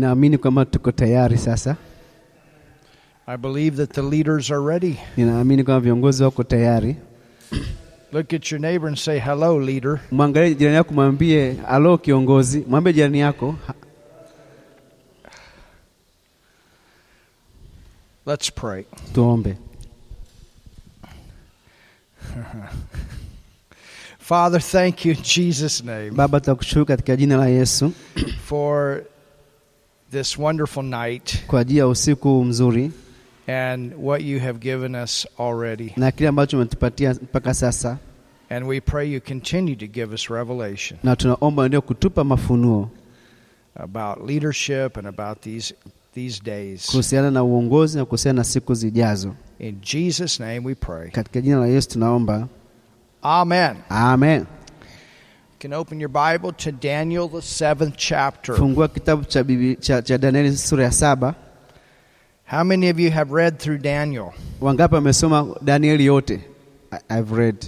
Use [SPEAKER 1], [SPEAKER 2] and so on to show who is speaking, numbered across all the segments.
[SPEAKER 1] Naamini kwamba tuko tayari sasa,
[SPEAKER 2] I believe that the leaders are ready.
[SPEAKER 1] ninaamini kwamba viongozi wako tayari.
[SPEAKER 2] Look at your neighbor and say, Hello, leader.
[SPEAKER 1] Mwangalie jirani yako, mwambie alo kiongozi, mwambie jirani yako ha-
[SPEAKER 2] Let's pray.
[SPEAKER 1] tuombe.
[SPEAKER 2] Father, thank you in Jesus' name
[SPEAKER 1] Baba, tunakushukuru katika jina la Yesu
[SPEAKER 2] for this wonderful night
[SPEAKER 1] kwa ajili ya usiku mzuri
[SPEAKER 2] and what you have given us already.
[SPEAKER 1] na kile ambacho umetupatia mpaka sasa,
[SPEAKER 2] And we pray you continue to give us revelation
[SPEAKER 1] na tunaomba ndio kutupa mafunuo
[SPEAKER 2] about leadership and about these these days.
[SPEAKER 1] kuhusiana na uongozi na kuhusiana na siku zijazo.
[SPEAKER 2] In Jesus' name we pray.
[SPEAKER 1] Katika jina la Yesu tunaomba,
[SPEAKER 2] Amen.
[SPEAKER 1] amen.
[SPEAKER 2] You can open your Bible to Daniel the seventh chapter.
[SPEAKER 1] Fungua kitabu cha, bibi, cha, cha Danieli sura ya saba.
[SPEAKER 2] How many of you have read through Daniel?
[SPEAKER 1] Wangapi wamesoma Danieli yote? I, I've read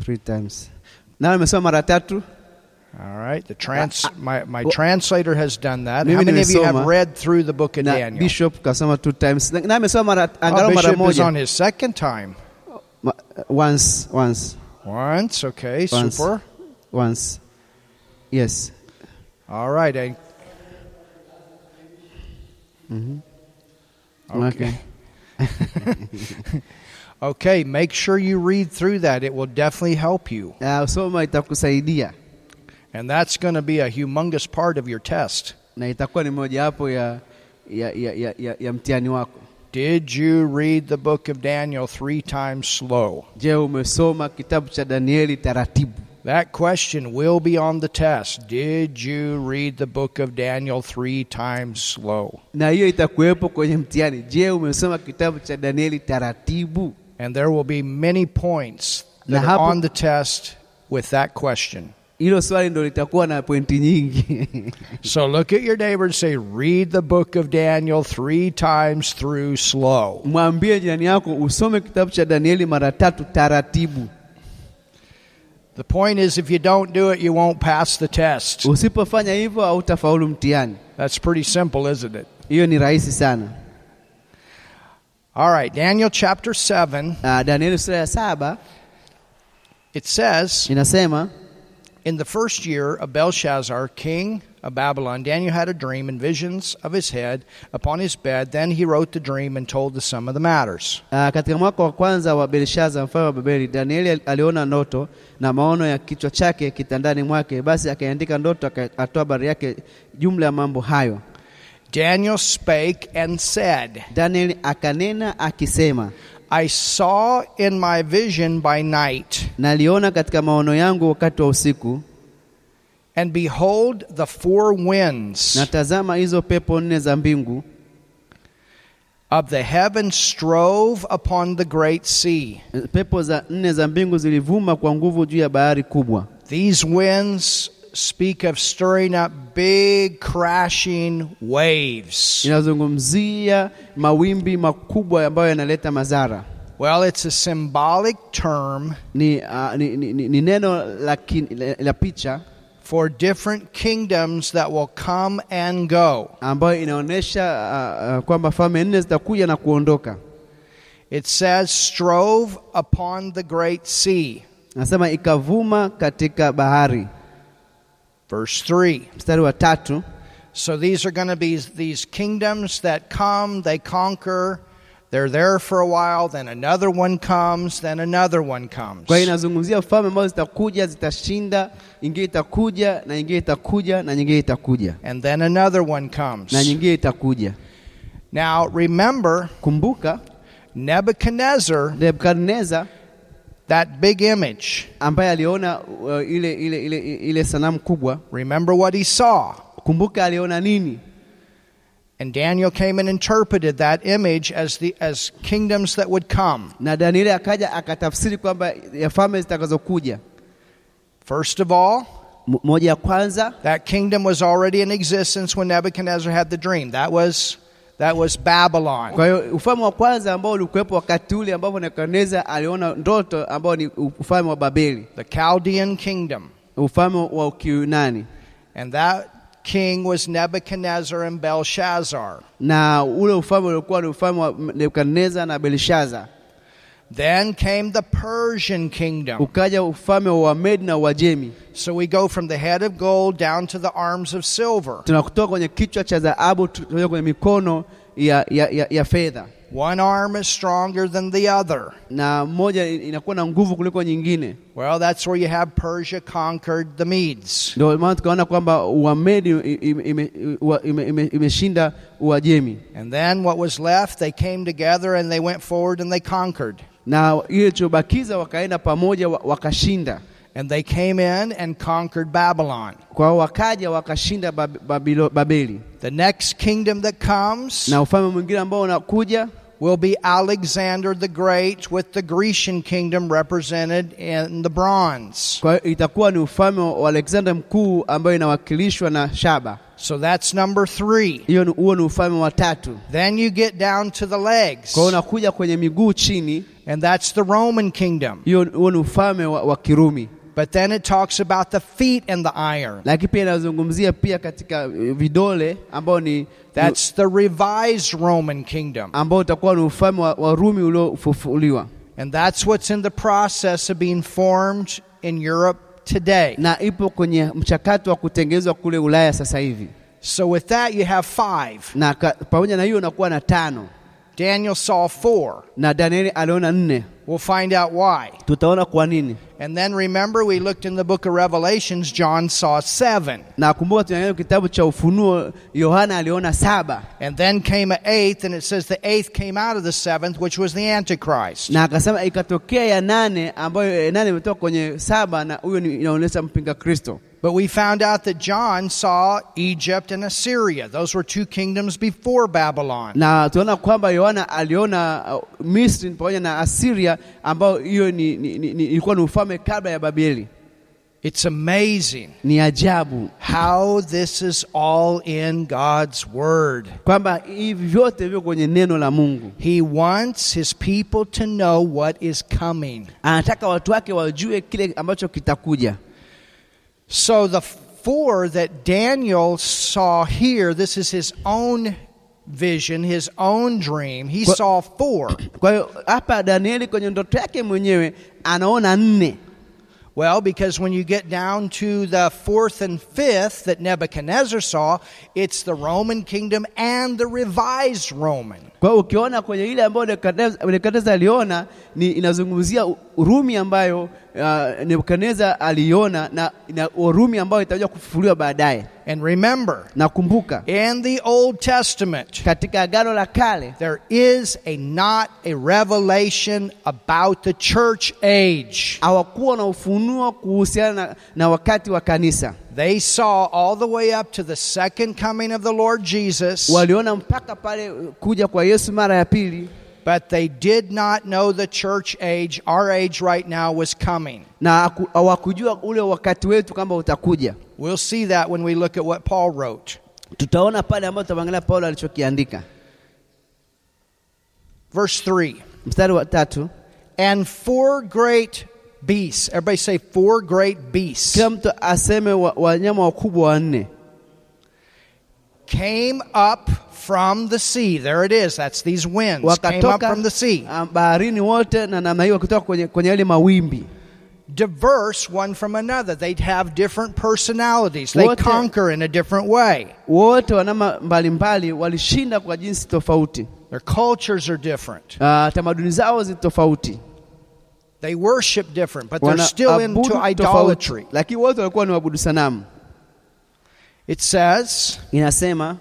[SPEAKER 1] three times. Na amesoma mara tatu.
[SPEAKER 2] All right. The trans my, my translator has done that.
[SPEAKER 1] Mimi
[SPEAKER 2] How many of you have
[SPEAKER 1] nimesoma.
[SPEAKER 2] read through the book of
[SPEAKER 1] Na
[SPEAKER 2] Daniel?
[SPEAKER 1] Bishop kasoma two times. Na- Na amesoma mara
[SPEAKER 2] Oh,
[SPEAKER 1] angalau mara
[SPEAKER 2] Bishop is on
[SPEAKER 1] moja.
[SPEAKER 2] his second time.
[SPEAKER 1] Ma, uh, once, once,
[SPEAKER 2] Once, okay,
[SPEAKER 1] Once.
[SPEAKER 2] super.
[SPEAKER 1] once. Yes.
[SPEAKER 2] All right, and
[SPEAKER 1] Mm-hmm. Okay.
[SPEAKER 2] okay, make sure you read through that. It will definitely help you.
[SPEAKER 1] Ah, soma itakusaidia
[SPEAKER 2] And that's going to be a humongous part of your test.
[SPEAKER 1] na itakuwa ni mojawapo ya ya, ya, ya, ya ya mtihani wako.
[SPEAKER 2] Did you read the book of Daniel 3 times slow?
[SPEAKER 1] Je, umesoma kitabu cha Danieli taratibu?
[SPEAKER 2] That question will be on the test. Did you read the book of Daniel 3 times slow?
[SPEAKER 1] Na hiyo itakuwepo kwenye mtihani. Je, umesoma kitabu cha Danieli taratibu?
[SPEAKER 2] And there will be many points that
[SPEAKER 1] Now,
[SPEAKER 2] are
[SPEAKER 1] how-
[SPEAKER 2] on the test with that question.
[SPEAKER 1] Hilo swali ndo litakuwa na pointi nyingi.
[SPEAKER 2] So look at your neighbor and say, read the book of Daniel three times through slow.
[SPEAKER 1] Mwambie jirani yako usome kitabu cha Danieli mara tatu taratibu.
[SPEAKER 2] The point is, if you don't do it, you won't pass the test.
[SPEAKER 1] Usipofanya hivyo, hautafaulu mtihani.
[SPEAKER 2] That's pretty simple, isn't it?
[SPEAKER 1] Hiyo ni rahisi sana.
[SPEAKER 2] All right, Daniel chapter 7,
[SPEAKER 1] Uh, Danieli sura ya saba
[SPEAKER 2] it says,
[SPEAKER 1] inasema
[SPEAKER 2] In the first year of Belshazzar, king of Babylon, Daniel had a dream and visions of his head upon his bed. Then he wrote the dream and told the sum of the matters.
[SPEAKER 1] Uh, katika mwaka wa kwanza wa Belshaza mfalme wa Babeli, Danieli al- aliona ndoto na maono ya kichwa chake kitandani mwake. Basi akaandika ndoto, akatoa habari yake, jumla ya mambo hayo.
[SPEAKER 2] Daniel spake and said,
[SPEAKER 1] Danieli akanena akisema,
[SPEAKER 2] I saw in my vision by night.
[SPEAKER 1] naliona katika maono yangu wakati wa usiku,
[SPEAKER 2] And behold, the four winds
[SPEAKER 1] na tazama, hizo pepo nne za mbingu
[SPEAKER 2] of the heaven strove upon the great sea.
[SPEAKER 1] pepo za nne za mbingu zilivuma kwa nguvu juu ya bahari kubwa.
[SPEAKER 2] These winds speak of stirring up big crashing waves.
[SPEAKER 1] Inazungumzia mawimbi makubwa ambayo yanaleta madhara.
[SPEAKER 2] Well, it's a symbolic term
[SPEAKER 1] Ni, uh, ni, ni, ni, ni neno la, kin, la, la picha
[SPEAKER 2] for different kingdoms that will come and go.
[SPEAKER 1] ambayo inaonyesha uh, uh, kwamba falme nne zitakuja na kuondoka.
[SPEAKER 2] It says, strove upon the great sea.
[SPEAKER 1] Anasema ikavuma katika bahari,
[SPEAKER 2] Verse 3.
[SPEAKER 1] mstari wa tatu.
[SPEAKER 2] So these are going to be these kingdoms that come, they conquer, they're there for a while, then another one comes, then another one comes.
[SPEAKER 1] Kwa hiyo inazungumzia falme ambazo zitakuja, zitashinda, ingine itakuja na ingine itakuja na nyingine itakuja
[SPEAKER 2] And then another one comes.
[SPEAKER 1] na nyingine itakuja.
[SPEAKER 2] Now remember
[SPEAKER 1] Kumbuka
[SPEAKER 2] Nebuchadnezzar,
[SPEAKER 1] Nebukadneza
[SPEAKER 2] that big image.
[SPEAKER 1] ambaye aliona uh, ile, ile, ile, ile sanamu kubwa.
[SPEAKER 2] Remember what he saw.
[SPEAKER 1] Kumbuka aliona nini?
[SPEAKER 2] And Daniel came and interpreted that image as the as kingdoms that would come.
[SPEAKER 1] Na Danieli akaja akatafsiri kwamba ya falme zitakazokuja,
[SPEAKER 2] First of all,
[SPEAKER 1] M- moja ya kwanza
[SPEAKER 2] that kingdom was already in existence when Nebuchadnezzar had the dream. That was that was Babylon.
[SPEAKER 1] Kwa hiyo ufalme wa kwanza ambao ulikuwepo wakati ule ambapo Nebukadneza aliona ndoto ambao ni ufalme wa Babeli,
[SPEAKER 2] the Chaldean kingdom.
[SPEAKER 1] ufalme wa Kiunani,
[SPEAKER 2] And that king was Nebuchadnezzar and Belshazzar.
[SPEAKER 1] na ule ufalme uliokuwa ni ufalme wa nebukadneza na belishaza
[SPEAKER 2] Then came the Persian kingdom.
[SPEAKER 1] ukaja ufalme wa wamedi na uajemi
[SPEAKER 2] So we go from the head of gold down to the arms of silver.
[SPEAKER 1] tunakutoka kwenye kichwa cha dhahabu tu- tunakuja kwenye mikono ya, ya, ya, ya fedha
[SPEAKER 2] One arm is stronger than the other.
[SPEAKER 1] na moja in- inakuwa na nguvu kuliko nyingine
[SPEAKER 2] Well, that's where you have Persia conquered the Medes.
[SPEAKER 1] ndio maana tukaona kwamba uamedi i- i- ime- ua- ime- ime- imeshinda uajemi
[SPEAKER 2] And then what was left, they came together and they went forward and they conquered.
[SPEAKER 1] na ile ilichobakiza wakaenda pamoja wa- wakashinda
[SPEAKER 2] And they came in and conquered Babylon.
[SPEAKER 1] kwao wakaja wakashinda Bab- Babilo- babeli
[SPEAKER 2] The next kingdom that comes
[SPEAKER 1] na ufalme mwingine ambao unakuja
[SPEAKER 2] will be Alexander the Great with the Grecian kingdom represented in the bronze.
[SPEAKER 1] kwa hiyo itakuwa ni ufalme wa alexander mkuu ambayo inawakilishwa na shaba
[SPEAKER 2] So that's number three.
[SPEAKER 1] hiyo ni- huo ni ufalme wa tatu
[SPEAKER 2] Then you get down to the legs,
[SPEAKER 1] kwa hiyo unakuja kwenye miguu chini
[SPEAKER 2] and that's the Roman kingdom.
[SPEAKER 1] hiyo huo ni ufalme wa, wa kirumi
[SPEAKER 2] But then it talks about the feet and the iron.
[SPEAKER 1] lakini pia inazungumzia pia katika eh, vidole ambao ni
[SPEAKER 2] That's the revised Roman kingdom.
[SPEAKER 1] ambao utakuwa ni ufalme wa, wa rumi uliofufuliwa
[SPEAKER 2] And that's what's in the process of being formed in Europe today.
[SPEAKER 1] na ipo kwenye mchakato wa kutengenezwa kule ulaya sasa hivi
[SPEAKER 2] So with that, you have five.
[SPEAKER 1] na ka- pamoja na hiyo unakuwa na tano
[SPEAKER 2] Daniel saw four.
[SPEAKER 1] na danieli aliona nne
[SPEAKER 2] We'll find out why.
[SPEAKER 1] tutaona kwa nini
[SPEAKER 2] And then remember, we looked in the book of Revelations, John saw seven.
[SPEAKER 1] na kumbuka tunaangalia kitabu cha ufunuo yohana aliona saba
[SPEAKER 2] And then came an eighth, and it says the eighth came out of the seventh, which was the Antichrist.
[SPEAKER 1] na akasema ikatokea ya nane ambayo ya nane imetoka kwenye saba na huyo ni- inaonyesha mpinga kristo
[SPEAKER 2] But we found out that John saw Egypt and Assyria. Those were two kingdoms before Babylon.
[SPEAKER 1] na tunaona kwamba yohana aliona uh, misri pamoja na asiria ambayo hiyo ni- ni- ni- ni- ilikuwa ni ufalme kabla ya babeli
[SPEAKER 2] It's amazing
[SPEAKER 1] ni ajabu
[SPEAKER 2] how this is all in God's Word.
[SPEAKER 1] kwamba hivi vyote viko kwenye neno la mungu
[SPEAKER 2] He wants his people to know what is coming.
[SPEAKER 1] anataka watu wake wajue kile ambacho kitakuja
[SPEAKER 2] So the four that Daniel saw here, this is his own vision, his own dream. He
[SPEAKER 1] What-
[SPEAKER 2] saw four.
[SPEAKER 1] kwa hiyo hapa danieli kwenye ndoto yake mwenyewe anaona nne
[SPEAKER 2] Well, because when you get down to the fourth and fifth that Nebuchadnezzar saw, it's the Roman kingdom and the revised Roman.
[SPEAKER 1] kwa hiyo ukiona kwenye ile ambayo Nebukadneza- nebukadneza aliona ni inazungumzia U- urumi ambayo uh, nebukadneza aliona na, na urumi ambayo itakuja kufufuliwa baadaye
[SPEAKER 2] And remember,
[SPEAKER 1] nakumbuka
[SPEAKER 2] in the Old Testament,
[SPEAKER 1] katika agano la kale
[SPEAKER 2] there is a not a revelation about the church age.
[SPEAKER 1] hawakuwa na ufunuo kuhusiana na, na wakati wa kanisa
[SPEAKER 2] They saw all the way up to the second coming of the Lord Jesus,
[SPEAKER 1] waliona mpaka pale uh, kuja kwa yesu mara ya pili
[SPEAKER 2] but they did not know the church age, our age right now, was coming.
[SPEAKER 1] na haku- hawakujua ule wakati wetu kwamba utakuja
[SPEAKER 2] We'll see that when we look at what Paul wrote.
[SPEAKER 1] tutaona pale ambapo tutamwangalia paulo alichokiandika
[SPEAKER 2] Verse 3
[SPEAKER 1] mstari wa tatu
[SPEAKER 2] And four great beasts, everybody say four great beasts,
[SPEAKER 1] kila mtu aseme wa- wanyama wakubwa wanne
[SPEAKER 2] came up from the sea. There it is. That's these winds. Came up
[SPEAKER 1] wakatoka
[SPEAKER 2] from the sea.
[SPEAKER 1] ah, baharini wote na namna hiyo wakitoka kwenye, kwenye yale mawimbi
[SPEAKER 2] diverse one from another. They'd have different personalities. They
[SPEAKER 1] What the-
[SPEAKER 2] conquer in a different way.
[SPEAKER 1] wote wanama mbalimbali walishinda kwa jinsi tofauti
[SPEAKER 2] Their cultures are different.
[SPEAKER 1] Ah, tamaduni zao zi tofauti
[SPEAKER 2] They worship different, but they're still
[SPEAKER 1] Wanaabudu
[SPEAKER 2] into
[SPEAKER 1] tofauti
[SPEAKER 2] idolatry.
[SPEAKER 1] lakini wote walikuwa ni wabudu sanamu
[SPEAKER 2] It says
[SPEAKER 1] inasema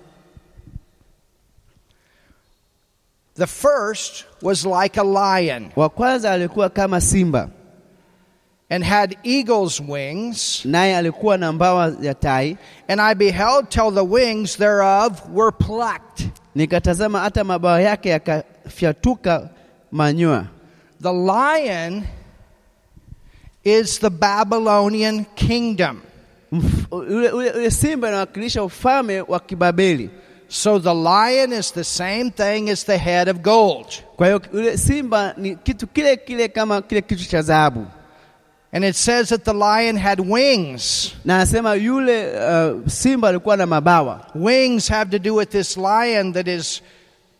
[SPEAKER 2] the first was like a lion
[SPEAKER 1] wa kwanza alikuwa kama simba
[SPEAKER 2] and had eagle's wings.
[SPEAKER 1] naye alikuwa na mbawa ya tai
[SPEAKER 2] And I beheld till the wings thereof were plucked.
[SPEAKER 1] nikatazama hata mabawa yake yakafyatuka manyoya
[SPEAKER 2] The lion is the Babylonian kingdom.
[SPEAKER 1] Mf- ule, ule, ule simba inawakilisha ufalme wa kibabeli
[SPEAKER 2] So the lion is the same thing as the head of gold.
[SPEAKER 1] kwa hiyo ule simba ni kitu kile kile kama kile kichwa cha dhahabu
[SPEAKER 2] And it says that the lion had wings.
[SPEAKER 1] na anasema yule uh, simba alikuwa na mabawa
[SPEAKER 2] Wings have to do with this lion that is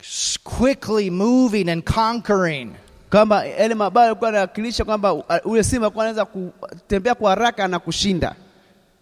[SPEAKER 2] s- quickly moving and conquering.
[SPEAKER 1] kwamba yale mabawa alikuwa anawakilisha kwamba uh, yule simba alikuwa anaweza kutembea kwa haraka na kushinda.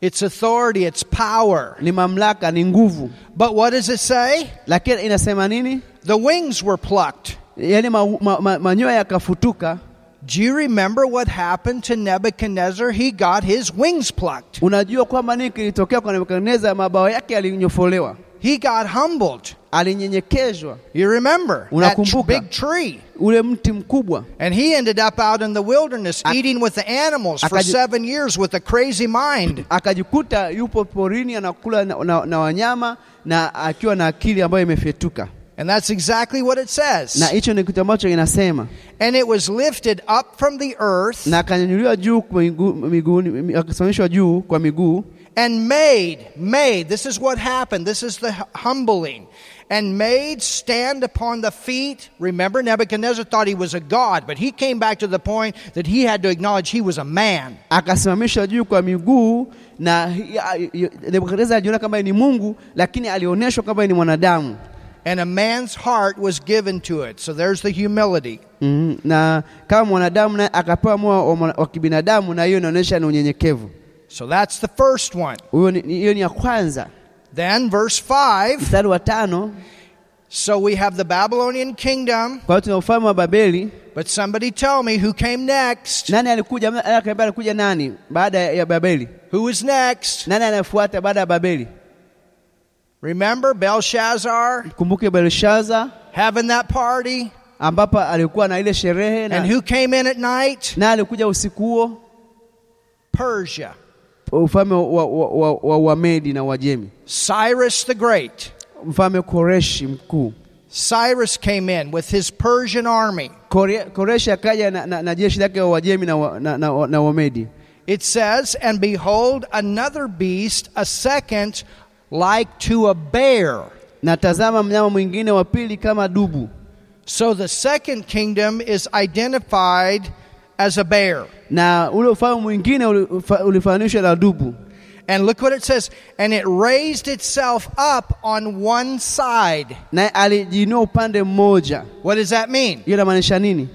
[SPEAKER 2] It's authority, it's power.
[SPEAKER 1] Ni mamlaka, ni nguvu.
[SPEAKER 2] But what does it say?
[SPEAKER 1] Lakini inasema nini?
[SPEAKER 2] The wings were plucked.
[SPEAKER 1] Yaani ma, ma, ma, manyoya yakafutuka.
[SPEAKER 2] Do you remember what happened to Nebuchadnezzar? He got his wings plucked.
[SPEAKER 1] Unajua kwamba nini kilitokea kwa Nebukadneza? Mabawa yake yalinyofolewa,
[SPEAKER 2] He got humbled.
[SPEAKER 1] alinyenyekezwa
[SPEAKER 2] You remember that tr-
[SPEAKER 1] Unakumbuka.
[SPEAKER 2] big tree.
[SPEAKER 1] ule mti mkubwa,
[SPEAKER 2] And he ended up out in the wilderness
[SPEAKER 1] Ak-
[SPEAKER 2] eating with the animals for
[SPEAKER 1] Akaji-
[SPEAKER 2] seven years with a crazy mind.
[SPEAKER 1] akajikuta yupo porini anakula na, na, na wanyama na akiwa na akili ambayo imefyetuka,
[SPEAKER 2] And that's exactly what it
[SPEAKER 1] na
[SPEAKER 2] says.
[SPEAKER 1] hicho ni kitu ambacho inasema,
[SPEAKER 2] And it was lifted up from the earth
[SPEAKER 1] na akanyanyuliwa juu kwa miguu, miguuni- akasimamishwa juu kwa miguu
[SPEAKER 2] and made, made, this is what happened. This is the hu- humbling. And made stand upon the feet. Remember, Nebuchadnezzar thought he was a god, but he came back to the point that he had to acknowledge he was a man.
[SPEAKER 1] akasimamishwa juu kwa miguu na hi- ya- ya- Nebukadneza alijiona kama yeye ni Mungu, lakini alionyeshwa kwamba yeye ni mwanadamu
[SPEAKER 2] And a man's heart was given to it. So there's the humility.
[SPEAKER 1] mm, na kama mwanadamu naye akapewa moyo wa mwana- wa kibinadamu, na hiyo inaonyesha ni unyenyekevu.
[SPEAKER 2] So that's the first one.
[SPEAKER 1] Huyo ni- ni- hiyo ni ya kwanza.
[SPEAKER 2] Then, verse 5.
[SPEAKER 1] Mstari wa tano,
[SPEAKER 2] So we have the Babylonian kingdom,
[SPEAKER 1] kwa hiyo tuna ufalme wa Babeli.
[SPEAKER 2] but somebody tell me who came next.
[SPEAKER 1] Nani alikuja? Mna- alikuwa alikuja nani baada ya ya Babeli?
[SPEAKER 2] Who was next?
[SPEAKER 1] Nani anayefuata baada ya Babeli?
[SPEAKER 2] Remember Belshazzar
[SPEAKER 1] Kumbuke Belshaza
[SPEAKER 2] having that party?
[SPEAKER 1] ambapo alikuwa na ile sherehe
[SPEAKER 2] And
[SPEAKER 1] na,
[SPEAKER 2] who came in at night?
[SPEAKER 1] na alikuja usiku huo
[SPEAKER 2] Persia.
[SPEAKER 1] ufalme wa wa, wa, wa, wa Wamedi na Wajemi.
[SPEAKER 2] Cyrus the Great.
[SPEAKER 1] mfalme Koreshi mkuu.
[SPEAKER 2] Cyrus came in with his Persian army.
[SPEAKER 1] Kore- Koreshi akaja na, na, na jeshi lake wa Wajemi na, wa- na, na, na Wamedi.
[SPEAKER 2] It says, And behold, another beast, a second, like to a bear.
[SPEAKER 1] Na tazama mnyama mwingine wa pili kama dubu,
[SPEAKER 2] So the second kingdom is identified as a bear.
[SPEAKER 1] na ule ufalme mwingine uli- ufa- ulifananishwa na dubu,
[SPEAKER 2] And look what it says. And it raised itself up on one side.
[SPEAKER 1] naye alijiinua upande mmoja.
[SPEAKER 2] What does that mean?
[SPEAKER 1] Hiyo inamaanisha nini?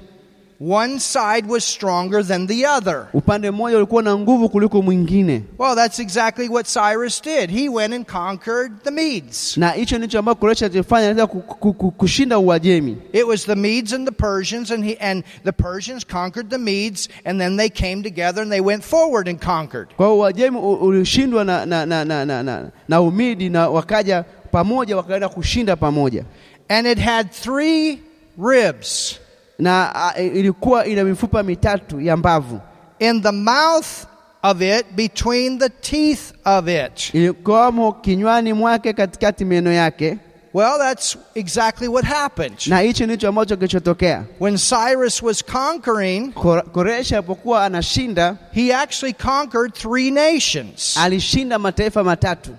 [SPEAKER 2] One side was stronger than the other.
[SPEAKER 1] Upande mmoja ulikuwa na nguvu kuliko mwingine,
[SPEAKER 2] Well, that's exactly what Cyrus did. He went and conquered the Medes.
[SPEAKER 1] na hicho ndicho ambacho Koreshi alifanya, aliweza ku- ku- ku- kushinda Uajemi.
[SPEAKER 2] It was the Medes and the Persians, and, he, and the Persians conquered the Medes, and then they came together and they went forward and conquered.
[SPEAKER 1] Kwa hiyo Uajemi u- ulishindwa na, na, na, na, na, na, na Umidi, na wakaja pamoja, wakaenda kushinda pamoja.
[SPEAKER 2] And it had three ribs.
[SPEAKER 1] na a, e, ilikuwa ina mifupa mitatu ya mbavu,
[SPEAKER 2] in the mouth of it, between the teeth of it.
[SPEAKER 1] ilikuwamo kinywani mwake, katikati meno yake,
[SPEAKER 2] Well, that's exactly what happened.
[SPEAKER 1] na hichi ndicho ambacho kilichotokea.
[SPEAKER 2] When Cyrus was conquering,
[SPEAKER 1] Kor- Koreshi alipokuwa anashinda,
[SPEAKER 2] he actually conquered three nations.
[SPEAKER 1] alishinda mataifa matatu.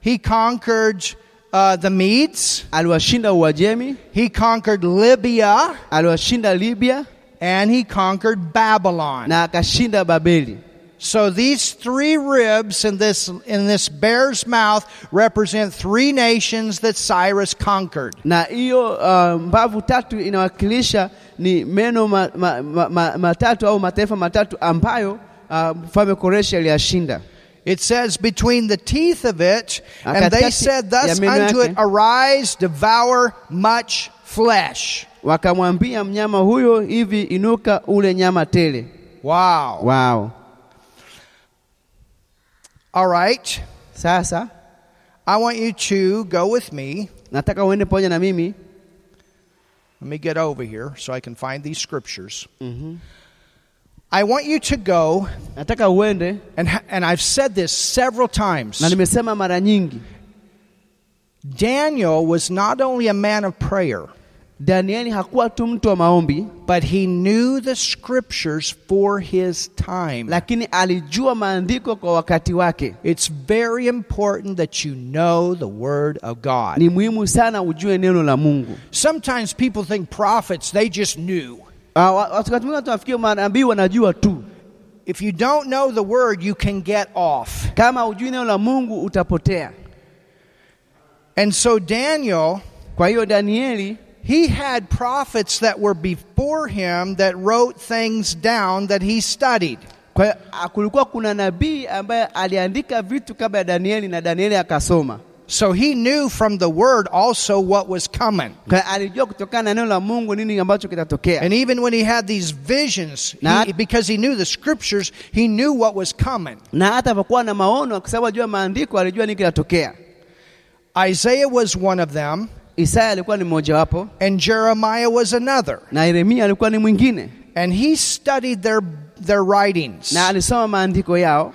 [SPEAKER 2] He conquered uh, the Medes,
[SPEAKER 1] Aliwashinda Uajemi,
[SPEAKER 2] he conquered Libya,
[SPEAKER 1] aliwashinda Libya
[SPEAKER 2] and he conquered Babylon.
[SPEAKER 1] na akashinda Babeli.
[SPEAKER 2] So these three ribs in this in this bear's mouth represent three nations that Cyrus conquered.
[SPEAKER 1] Na hiyo uh, mbavu tatu inawakilisha ni meno ma, ma, ma, ma, matatu au mataifa matatu ambayo uh, mfalme Koreshi aliyashinda.
[SPEAKER 2] It says, between the teeth of it, and they
[SPEAKER 1] Katikati
[SPEAKER 2] said thus
[SPEAKER 1] ya meno
[SPEAKER 2] unto it,
[SPEAKER 1] yake.
[SPEAKER 2] Arise, devour much flesh.
[SPEAKER 1] wakamwambia mnyama huyo, hivi inuka ule nyama tele.
[SPEAKER 2] Wow.
[SPEAKER 1] Wow.
[SPEAKER 2] All right.
[SPEAKER 1] Sasa
[SPEAKER 2] I want you to go with me.
[SPEAKER 1] nataka uende pamoja na mimi
[SPEAKER 2] Let me get over here so I can find these scriptures.
[SPEAKER 1] Mhm.
[SPEAKER 2] I want you to go,
[SPEAKER 1] nataka uende,
[SPEAKER 2] and, ha- and I've said this several times.
[SPEAKER 1] na nimesema mara nyingi,
[SPEAKER 2] Daniel was not only a man of prayer,
[SPEAKER 1] Danieli hakuwa tu mtu wa maombi,
[SPEAKER 2] but he knew the scriptures for his time.
[SPEAKER 1] lakini alijua maandiko kwa wakati wake.
[SPEAKER 2] It's very important that you know the Word of God.
[SPEAKER 1] Ni muhimu sana ujue neno la Mungu.
[SPEAKER 2] Sometimes people think prophets, they just knew.
[SPEAKER 1] Ah, wa- Wakati mwingine tunafikiri manabii wanajua tu,
[SPEAKER 2] If you don't know the word, you can get off.
[SPEAKER 1] kama hujui neno la mungu utapotea
[SPEAKER 2] And so Daniel,
[SPEAKER 1] kwa hiyo danieli
[SPEAKER 2] he had prophets that were before him that wrote things down that he studied.
[SPEAKER 1] kwa hiyo ah, kulikuwa kuna nabii ambaye aliandika vitu kabla ya danieli na danieli akasoma
[SPEAKER 2] So he knew from the word also what was coming.
[SPEAKER 1] kwa hiyo alijua kutokana na neno la mungu nini ambacho kitatokea
[SPEAKER 2] And even when he had these visions, he-
[SPEAKER 1] Not-
[SPEAKER 2] because he knew the scriptures, he knew what was coming.
[SPEAKER 1] na hata alipokuwa na maono, kwa sababu alijua maandiko, alijua nini kinatokea.
[SPEAKER 2] Isaiah was one of them,
[SPEAKER 1] Isaya alikuwa ni mmojawapo
[SPEAKER 2] and Jeremiah was another.
[SPEAKER 1] na Yeremia alikuwa ni mwingine,
[SPEAKER 2] And he studied their, their writings.
[SPEAKER 1] na alisoma maandiko yao,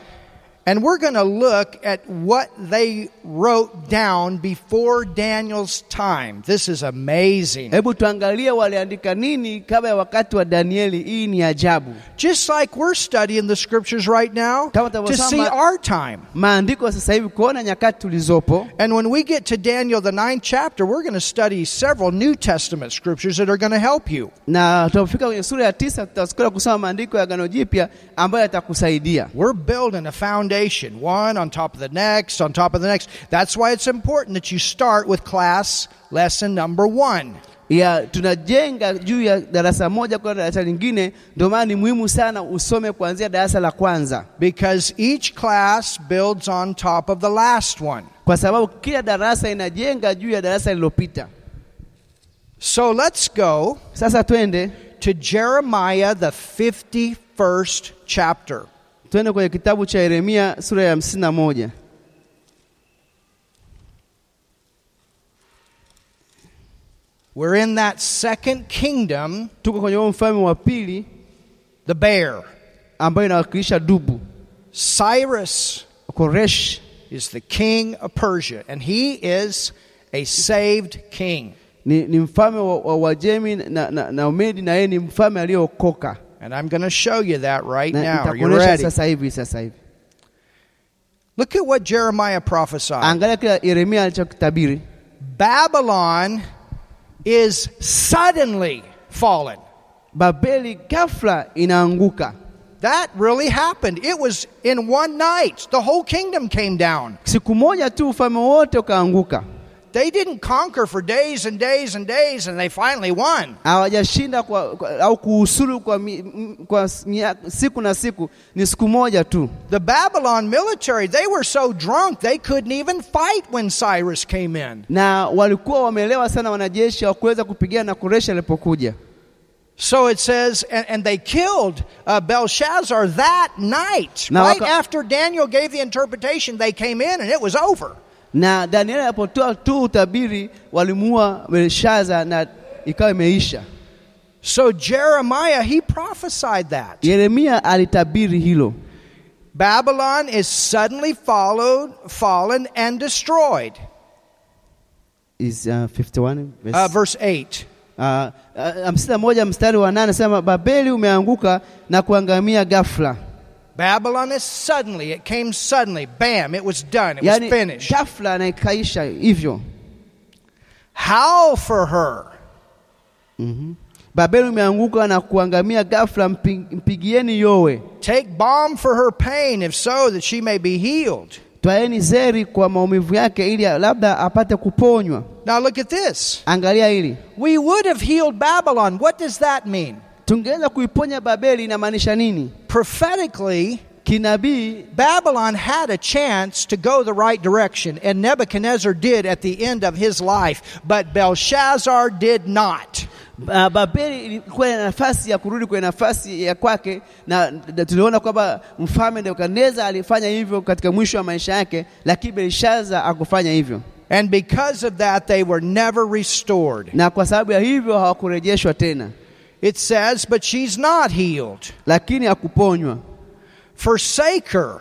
[SPEAKER 2] And we're going to look at what they wrote down before Daniel's time. This is amazing.
[SPEAKER 1] hebu tuangalie waliandika nini kabla ya wakati wa Danieli. Hii ni ajabu.
[SPEAKER 2] Just like we're studying the scriptures right now
[SPEAKER 1] Kama
[SPEAKER 2] to see
[SPEAKER 1] tunavyosoma-
[SPEAKER 2] our time.
[SPEAKER 1] Maandiko sasa hivi kuona nyakati tulizopo,
[SPEAKER 2] And when we get to Daniel, the ninth chapter, we're going to study several New Testament scriptures that are going to help you.
[SPEAKER 1] na tunapofika kwenye sura ya tisa tutasikia kusoma maandiko ya Agano Jipya ambayo yatakusaidia.
[SPEAKER 2] We're building a foundation, one on top of the next, on top of the next. That's why it's important that you start with class lesson number one.
[SPEAKER 1] ya tunajenga juu ya darasa moja kwenda darasa lingine. Ndio maana ni muhimu sana usome kuanzia darasa la kwanza.
[SPEAKER 2] Because each class builds on top of the last one.
[SPEAKER 1] kwa sababu kila darasa inajenga juu ya darasa lililopita.
[SPEAKER 2] So let's go
[SPEAKER 1] Sasa twende
[SPEAKER 2] to Jeremiah, the 51st chapter.
[SPEAKER 1] twende kwenye kitabu cha Yeremia sura ya hamsini na moja.
[SPEAKER 2] We're in that second kingdom,
[SPEAKER 1] Tuko kwenye huo mfalme wa pili
[SPEAKER 2] the bear.
[SPEAKER 1] ambayo inawakilisha dubu.
[SPEAKER 2] Cyrus
[SPEAKER 1] Koresh
[SPEAKER 2] is the king of Persia, and he is a saved king.
[SPEAKER 1] ni, ni mfalme wa, wa Wajemi na, na, na Umedi, na yeye ni mfalme aliyeokoka,
[SPEAKER 2] And I'm going to show you that right
[SPEAKER 1] na
[SPEAKER 2] now. Are you
[SPEAKER 1] nitakuonyesha
[SPEAKER 2] ready?
[SPEAKER 1] sasa hivi. Sasa hivi
[SPEAKER 2] Look at what Jeremiah prophesied.
[SPEAKER 1] angalia kile Yeremia alichokitabiri,
[SPEAKER 2] Babylon is suddenly fallen.
[SPEAKER 1] Babeli ghafla inaanguka.
[SPEAKER 2] That really happened. It was in one night. The whole kingdom came down.
[SPEAKER 1] Siku moja tu ufalme wote ukaanguka.
[SPEAKER 2] They didn't conquer for days and days and days, and they finally won.
[SPEAKER 1] hawajashinda kwa, kwa, au kuhusuru kwa, mi, m- kwa s- mia, siku na siku ni siku moja tu.
[SPEAKER 2] The Babylon military, they were so drunk they couldn't even fight when Cyrus came in.
[SPEAKER 1] Na walikuwa wameelewa sana wanajeshi hawakuweza kupigana na Koreshi alipokuja.
[SPEAKER 2] So it says, and, and they killed uh, Belshazzar that night.
[SPEAKER 1] Now,
[SPEAKER 2] right
[SPEAKER 1] I ca-
[SPEAKER 2] after Daniel gave the interpretation, they came in and it was over.
[SPEAKER 1] Na Danieli alipotoa tu utabiri walimuua Belshaza na ikawa imeisha.
[SPEAKER 2] So Jeremiah, he prophesied that.
[SPEAKER 1] Yeremia alitabiri hilo.
[SPEAKER 2] Babylon is suddenly followed, fallen and destroyed.
[SPEAKER 1] Is, uh, 51 verse-
[SPEAKER 2] Uh, verse 8.
[SPEAKER 1] uh, uh, hamsini na moja mstari wa nane anasema Babeli umeanguka na kuangamia ghafla.
[SPEAKER 2] Babylon is suddenly, it came suddenly. Bam, it was done. It was
[SPEAKER 1] Yaani
[SPEAKER 2] finished.
[SPEAKER 1] ghafla na ikaisha hivyo.
[SPEAKER 2] Howl for her.
[SPEAKER 1] Mm-hmm. Babeli umeanguka na kuangamia ghafla, mpi- mpigieni yowe,
[SPEAKER 2] Take balm for her pain, if so, that she may be healed.
[SPEAKER 1] twaeni zeri kwa maumivu yake, ili labda apate kuponywa.
[SPEAKER 2] Now look at this.
[SPEAKER 1] Angalia hili,
[SPEAKER 2] We would have healed Babylon. What does that mean?
[SPEAKER 1] tungeweza kuiponya Babeli. Inamaanisha nini?
[SPEAKER 2] Prophetically,
[SPEAKER 1] Kinabii
[SPEAKER 2] Babylon had a chance to go the right direction, and Nebuchadnezzar did at the end of his life, but Belshazzar did not.
[SPEAKER 1] uh, Babeli ilikuwa na nafasi ya kurudi kwenye nafasi ya kwake, na na tuliona kwamba mfalme Nebukadneza alifanya hivyo katika mwisho wa maisha yake, lakini Belshaza akufanya hivyo,
[SPEAKER 2] And because of that, they were never restored.
[SPEAKER 1] na kwa sababu ya hivyo hawakurejeshwa tena,
[SPEAKER 2] It says, But she's not healed.
[SPEAKER 1] lakini hakuponywa,
[SPEAKER 2] Forsake her.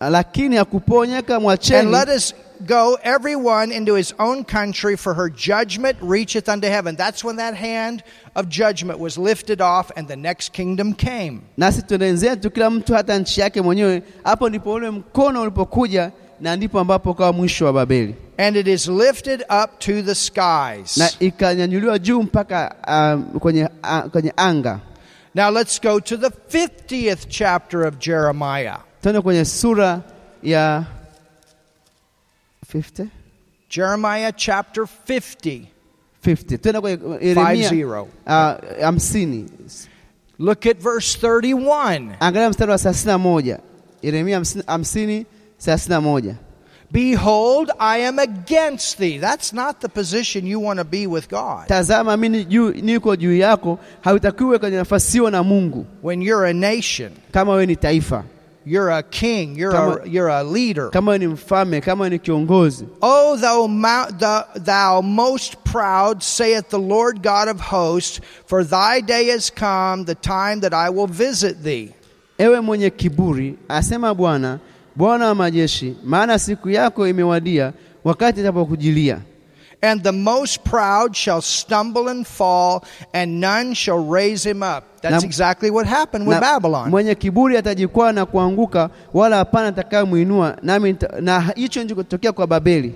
[SPEAKER 1] lakini hakuponyeka,
[SPEAKER 2] And
[SPEAKER 1] mwacheni
[SPEAKER 2] let us go everyone into his own country, for her judgment reacheth unto heaven. That's when that hand of judgment was lifted off, and the next kingdom came.
[SPEAKER 1] nasi twende zetu kila mtu hata nchi yake mwenyewe. Hapo ndipo ule mkono ulipokuja na ndipo ambapo ukawa mwisho wa Babeli,
[SPEAKER 2] And it is lifted up to the
[SPEAKER 1] na
[SPEAKER 2] skies.
[SPEAKER 1] ikanyanyuliwa juu mpaka um, kwenye, a, kwenye anga.
[SPEAKER 2] Now let's go to the 50th chapter of Jeremiah.
[SPEAKER 1] Tuende kwenye sura ya 50
[SPEAKER 2] Jeremiah chapter 50.
[SPEAKER 1] 50. Tuende kwenye Yeremia
[SPEAKER 2] 50.
[SPEAKER 1] ah, hamsini.
[SPEAKER 2] Look at verse 31.
[SPEAKER 1] Angalia mstari wa 31. Yeremia hamsini- hamsini 31.
[SPEAKER 2] Behold, I am against thee. That's not the position you want to be with God.
[SPEAKER 1] Tazama mimi juu, niko juu yako, hautakiwi kwenye nafasi hiyo na Mungu.
[SPEAKER 2] When you're a nation,
[SPEAKER 1] Kama wewe ni taifa,
[SPEAKER 2] you're a king, you're
[SPEAKER 1] Come
[SPEAKER 2] a,
[SPEAKER 1] on.
[SPEAKER 2] you're a leader.
[SPEAKER 1] kama wewe ni mfalme, kama wewe ni kiongozi,
[SPEAKER 2] O thou, mou- the, thou most proud, saith the Lord God of hosts, for thy day is come, the time that I will visit thee.
[SPEAKER 1] ewe mwenye kiburi, asema Bwana, Bwana wa majeshi, maana siku yako imewadia, wakati itapokujilia.
[SPEAKER 2] And the most proud shall stumble and fall, and none shall raise him up. That's
[SPEAKER 1] Now-
[SPEAKER 2] exactly what happened
[SPEAKER 1] Na
[SPEAKER 2] with Babylon.
[SPEAKER 1] Mwenye kiburi atajikwaa na kuanguka, wala hapana atakayemwinua. Nami nita- na hicho ndicho kutokea kwa Babeli.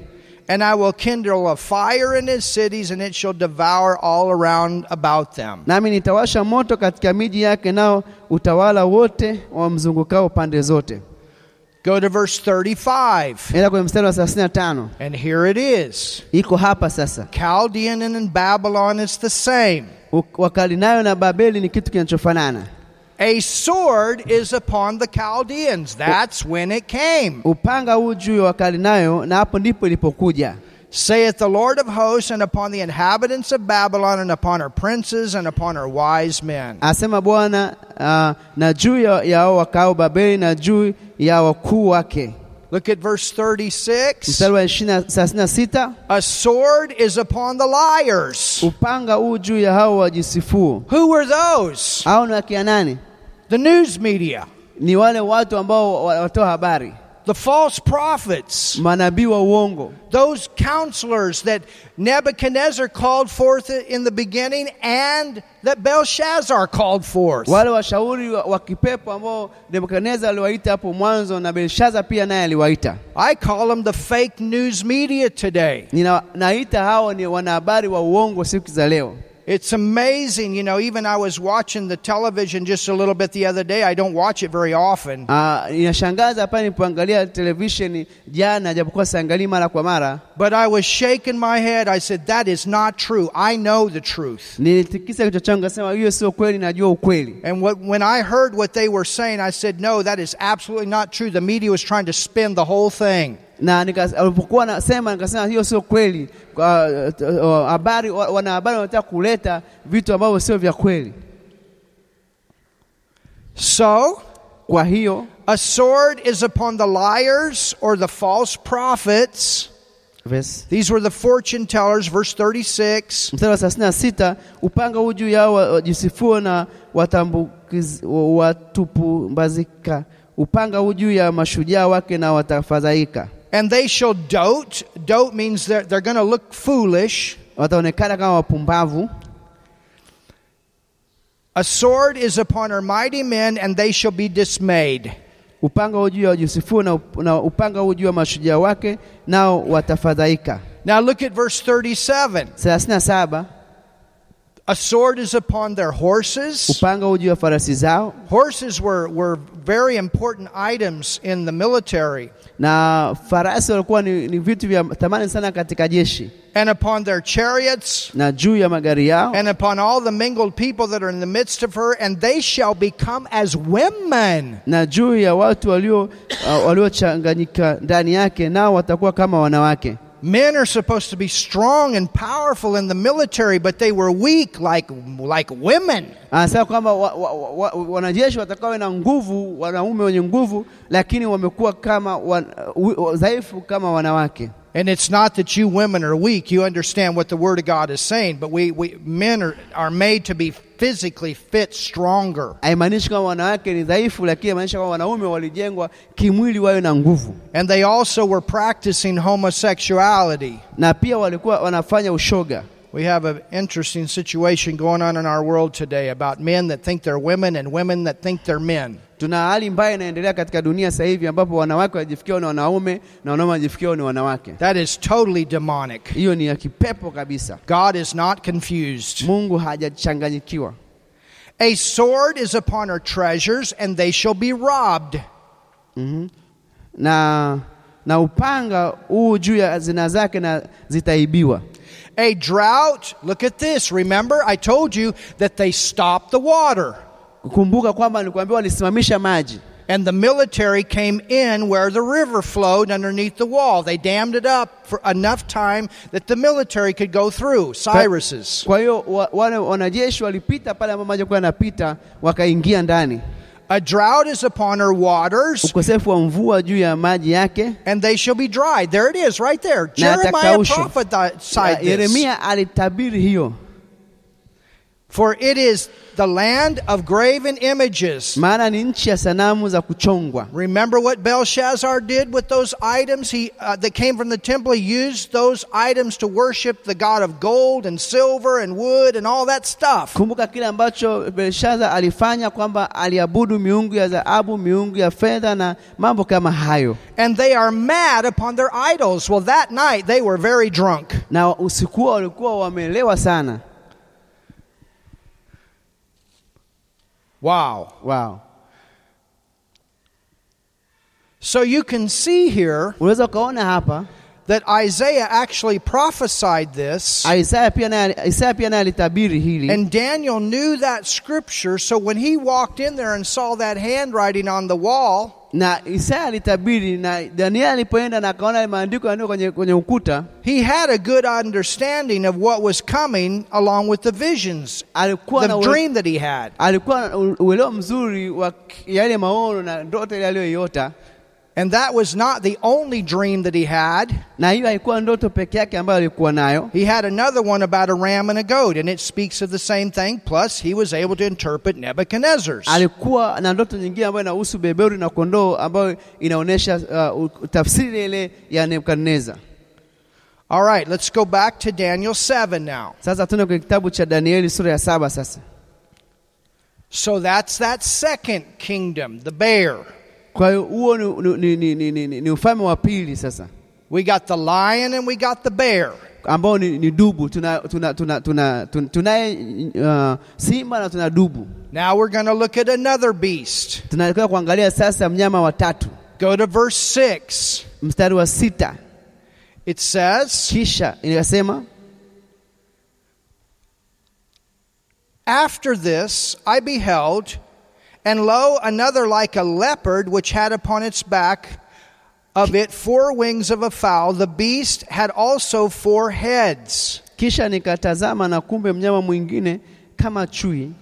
[SPEAKER 2] And I will kindle a fire in his cities, and it shall devour all around about them.
[SPEAKER 1] Nami nitawasha moto katika miji yake, nao utawala wote wamzungukao pande zote.
[SPEAKER 2] Go to verse 35.
[SPEAKER 1] Enda kwenye mstari wa 35.
[SPEAKER 2] And here it is
[SPEAKER 1] Iko hapa sasa.
[SPEAKER 2] Chaldean and in Babylon is the same.
[SPEAKER 1] U- Wakaldayo na Babeli ni kitu kinachofanana.
[SPEAKER 2] A sword is upon the Chaldeans. That's when it came,
[SPEAKER 1] Upanga huu juu ya Wakaldayo, na hapo ndipo ilipokuja.
[SPEAKER 2] saith the Lord of hosts, and upon the inhabitants of Babylon, and upon her princes, and upon her wise men.
[SPEAKER 1] Asema Bwana uh, na juu ya ya hao wakao Babeli na juu ya wakuu wake.
[SPEAKER 2] Look at verse 36.
[SPEAKER 1] Mstari wa 36
[SPEAKER 2] A sword is upon the liars.
[SPEAKER 1] upanga huu juu ya hao wajisifuo.
[SPEAKER 2] Who were those?
[SPEAKER 1] Hao ni wakina nani?
[SPEAKER 2] The news media,
[SPEAKER 1] Ni wale watu ambao wa- watoa habari,
[SPEAKER 2] the false prophets,
[SPEAKER 1] manabii wa uongo,
[SPEAKER 2] those counselors that Nebuchadnezzar called forth in the beginning and that Belshazzar called forth.
[SPEAKER 1] wale washauri wa, wa kipepo ambao Nebukadneza aliwaita hapo mwanzo na Belshaza pia naye aliwaita.
[SPEAKER 2] I call them the fake news media today.
[SPEAKER 1] Nina- naita hao ni wanahabari wa uongo siku za leo.
[SPEAKER 2] It's amazing, you know, even I was watching the television just a little bit the other day. I don't watch it very often.
[SPEAKER 1] Ah, inashangaza hapa nilipoangalia televisheni jana, japokuwa siangalii mara kwa mara,
[SPEAKER 2] But I was shaking my head. I said, That is not true. I know the truth.
[SPEAKER 1] nilitikisa kichwa changu nasema, hiyo sio kweli, najua ukweli.
[SPEAKER 2] And what, when I heard what they were saying, I said, No, that is absolutely not true. The media was trying to spin the whole thing.
[SPEAKER 1] Na nika- alipokuwa nasema nikasema hiyo sio kweli, kwa t- o, habari wa- wanahabari wanataka kuleta vitu ambavyo sio vya kweli.
[SPEAKER 2] So,
[SPEAKER 1] Kwa hiyo
[SPEAKER 2] a sword is upon the liars or the false prophets.
[SPEAKER 1] verse-
[SPEAKER 2] These were the fortune tellers, verse 36.
[SPEAKER 1] mstari wa 36 upanga huu juu yao wa- wajisifuo na watambukiz- wa- watupumbazika, upanga huu juu ya mashujaa wake na watafadhaika.
[SPEAKER 2] And they shall dote. Dote means they're, they're going to look foolish.
[SPEAKER 1] wataonekana kama wapumbavu.
[SPEAKER 2] A sword is upon her mighty men, and they shall be dismayed.
[SPEAKER 1] Upanga huu juu ya Yusufu na, up- na upanga huu juu ya mashujaa wake, nao watafadhaika.
[SPEAKER 2] Now look at verse 37.
[SPEAKER 1] 37
[SPEAKER 2] A sword is upon their horses.
[SPEAKER 1] upanga huu juu ya farasi zao,
[SPEAKER 2] Horses were, were very important items in the military.
[SPEAKER 1] na farasi walikuwa ni, ni vitu vya thamani sana katika jeshi,
[SPEAKER 2] And upon their chariots,
[SPEAKER 1] na juu ya magari yao
[SPEAKER 2] and upon all the mingled people that are in the midst of her, and they shall become as women.
[SPEAKER 1] na juu ya watu walio uh, waliochanganyika ndani yake, nao watakuwa kama wanawake.
[SPEAKER 2] Men are supposed to be strong and powerful in the military, but they were weak like, like women.
[SPEAKER 1] Anasema kwamba wa, wa, wa, wa, wanajeshi watakawe na nguvu, wanaume wenye nguvu, lakini wamekuwa kama wan, uh, dhaifu kama wanawake.
[SPEAKER 2] And it's not that you women are weak. You understand what the Word of God is saying, but we, we men are, are made to be physically fit, stronger.
[SPEAKER 1] haimaanishi kwamba wanawake ni dhaifu, lakini inamaanisha kwamba wanaume walijengwa kimwili wawe na nguvu,
[SPEAKER 2] And they also were practicing homosexuality.
[SPEAKER 1] na pia walikuwa wanafanya ushoga.
[SPEAKER 2] We have an interesting situation going on in our world today about men that think they're women and women that think they're men.
[SPEAKER 1] Tuna hali mbaya inaendelea katika dunia sasa hivi ambapo wanawake wanajifikia ni wanaume na wanaume wanajifikia ni wanawake.
[SPEAKER 2] That is totally demonic.
[SPEAKER 1] Hiyo ni ya kipepo kabisa.
[SPEAKER 2] God is not confused.
[SPEAKER 1] Mungu hajachanganyikiwa.
[SPEAKER 2] A sword is upon her treasures, and they shall be robbed.
[SPEAKER 1] na na upanga huu juu ya zina zake na zitaibiwa
[SPEAKER 2] A drought, look at this. Remember, I told you that they stopped the water,
[SPEAKER 1] kumbuka kwamba nilikuambiwa walisimamisha maji
[SPEAKER 2] and the military came in where the river flowed underneath the wall. They dammed it up for enough time that the military could go through. Cyrus's.
[SPEAKER 1] kwa hiyo wa, wale wanajeshi walipita pale ambapo maji yalikuwa yanapita wakaingia ndani
[SPEAKER 2] A drought is upon her waters,
[SPEAKER 1] ukosefu wa mvua juu ya maji yake
[SPEAKER 2] and they shall be dried. There it is, right there.
[SPEAKER 1] Na
[SPEAKER 2] Jeremiah
[SPEAKER 1] yatakaushwa.
[SPEAKER 2] prophesied this.
[SPEAKER 1] yeremia alitabiri hiyo
[SPEAKER 2] For it is the land of graven images.
[SPEAKER 1] maana ni nchi ya sanamu za kuchongwa
[SPEAKER 2] Remember what Belshazzar did with those items he, uh, that came from the temple? He used those items to worship the god of gold and silver and wood and all that stuff.
[SPEAKER 1] kumbuka kile ambacho belshaza alifanya kwamba aliabudu miungu ya dhahabu miungu ya fedha na mambo kama hayo
[SPEAKER 2] And they are mad upon their idols. Well, that night they were very drunk.
[SPEAKER 1] na usiku huo walikuwa wamelewa sana
[SPEAKER 2] Wow.
[SPEAKER 1] wow.
[SPEAKER 2] So you can see here
[SPEAKER 1] unaweza ukaona hapa
[SPEAKER 2] that Isaiah actually prophesied this.
[SPEAKER 1] Isaya pia naye Isaya pia naye alitabiri hili
[SPEAKER 2] And Daniel knew that scripture, so when he walked in there and saw that handwriting on the wall,
[SPEAKER 1] na Isaya alitabiri na Danieli alipoenda na akaona yale maandiko yaliyo kwenye, kwenye ukuta
[SPEAKER 2] He had a good understanding of what was coming along with the visions,
[SPEAKER 1] alikuwa na
[SPEAKER 2] the
[SPEAKER 1] ue,
[SPEAKER 2] dream that he had.
[SPEAKER 1] alikuwa na u- uelewa mzuri wa k- yale maono na ndoto ile aliyoiota,
[SPEAKER 2] And that was not the only dream that he had.
[SPEAKER 1] na hiyo haikuwa ndoto peke yake ambayo alikuwa nayo.
[SPEAKER 2] He had another one about a ram and a goat, and it speaks of the same thing. Plus, he was able to interpret Nebuchadnezzar's.
[SPEAKER 1] Alikuwa na ndoto nyingine ambayo inahusu beberu na kondoo ambayo inaonyesha uh, u- tafsiri ile ya Nebukadneza.
[SPEAKER 2] All right, let's go back to Daniel 7 now.
[SPEAKER 1] Sasa tuende kwenye kitabu cha Danieli sura ya saba sasa.
[SPEAKER 2] So that's that second kingdom, the bear.
[SPEAKER 1] Kwa hiyo huo ni, ni, ni, ni, ni, ni, ni ufalme wa pili sasa
[SPEAKER 2] We got the lion and we got the bear.
[SPEAKER 1] ambao ni, ni dubu tuna tuna tuna tuna tun- tunaye uh, simba na tuna dubu.
[SPEAKER 2] Now we're going to look at another beast.
[SPEAKER 1] Tunaelekea kuangalia sasa mnyama wa tatu,
[SPEAKER 2] Go to verse 6.
[SPEAKER 1] mstari wa sita.
[SPEAKER 2] It says.
[SPEAKER 1] Kisha inasema
[SPEAKER 2] After this I beheld, and lo, another like a leopard, which had upon its back of it four wings of a fowl. The beast had also four heads.
[SPEAKER 1] kisha nikatazama na kumbe mnyama mwingine kama chui,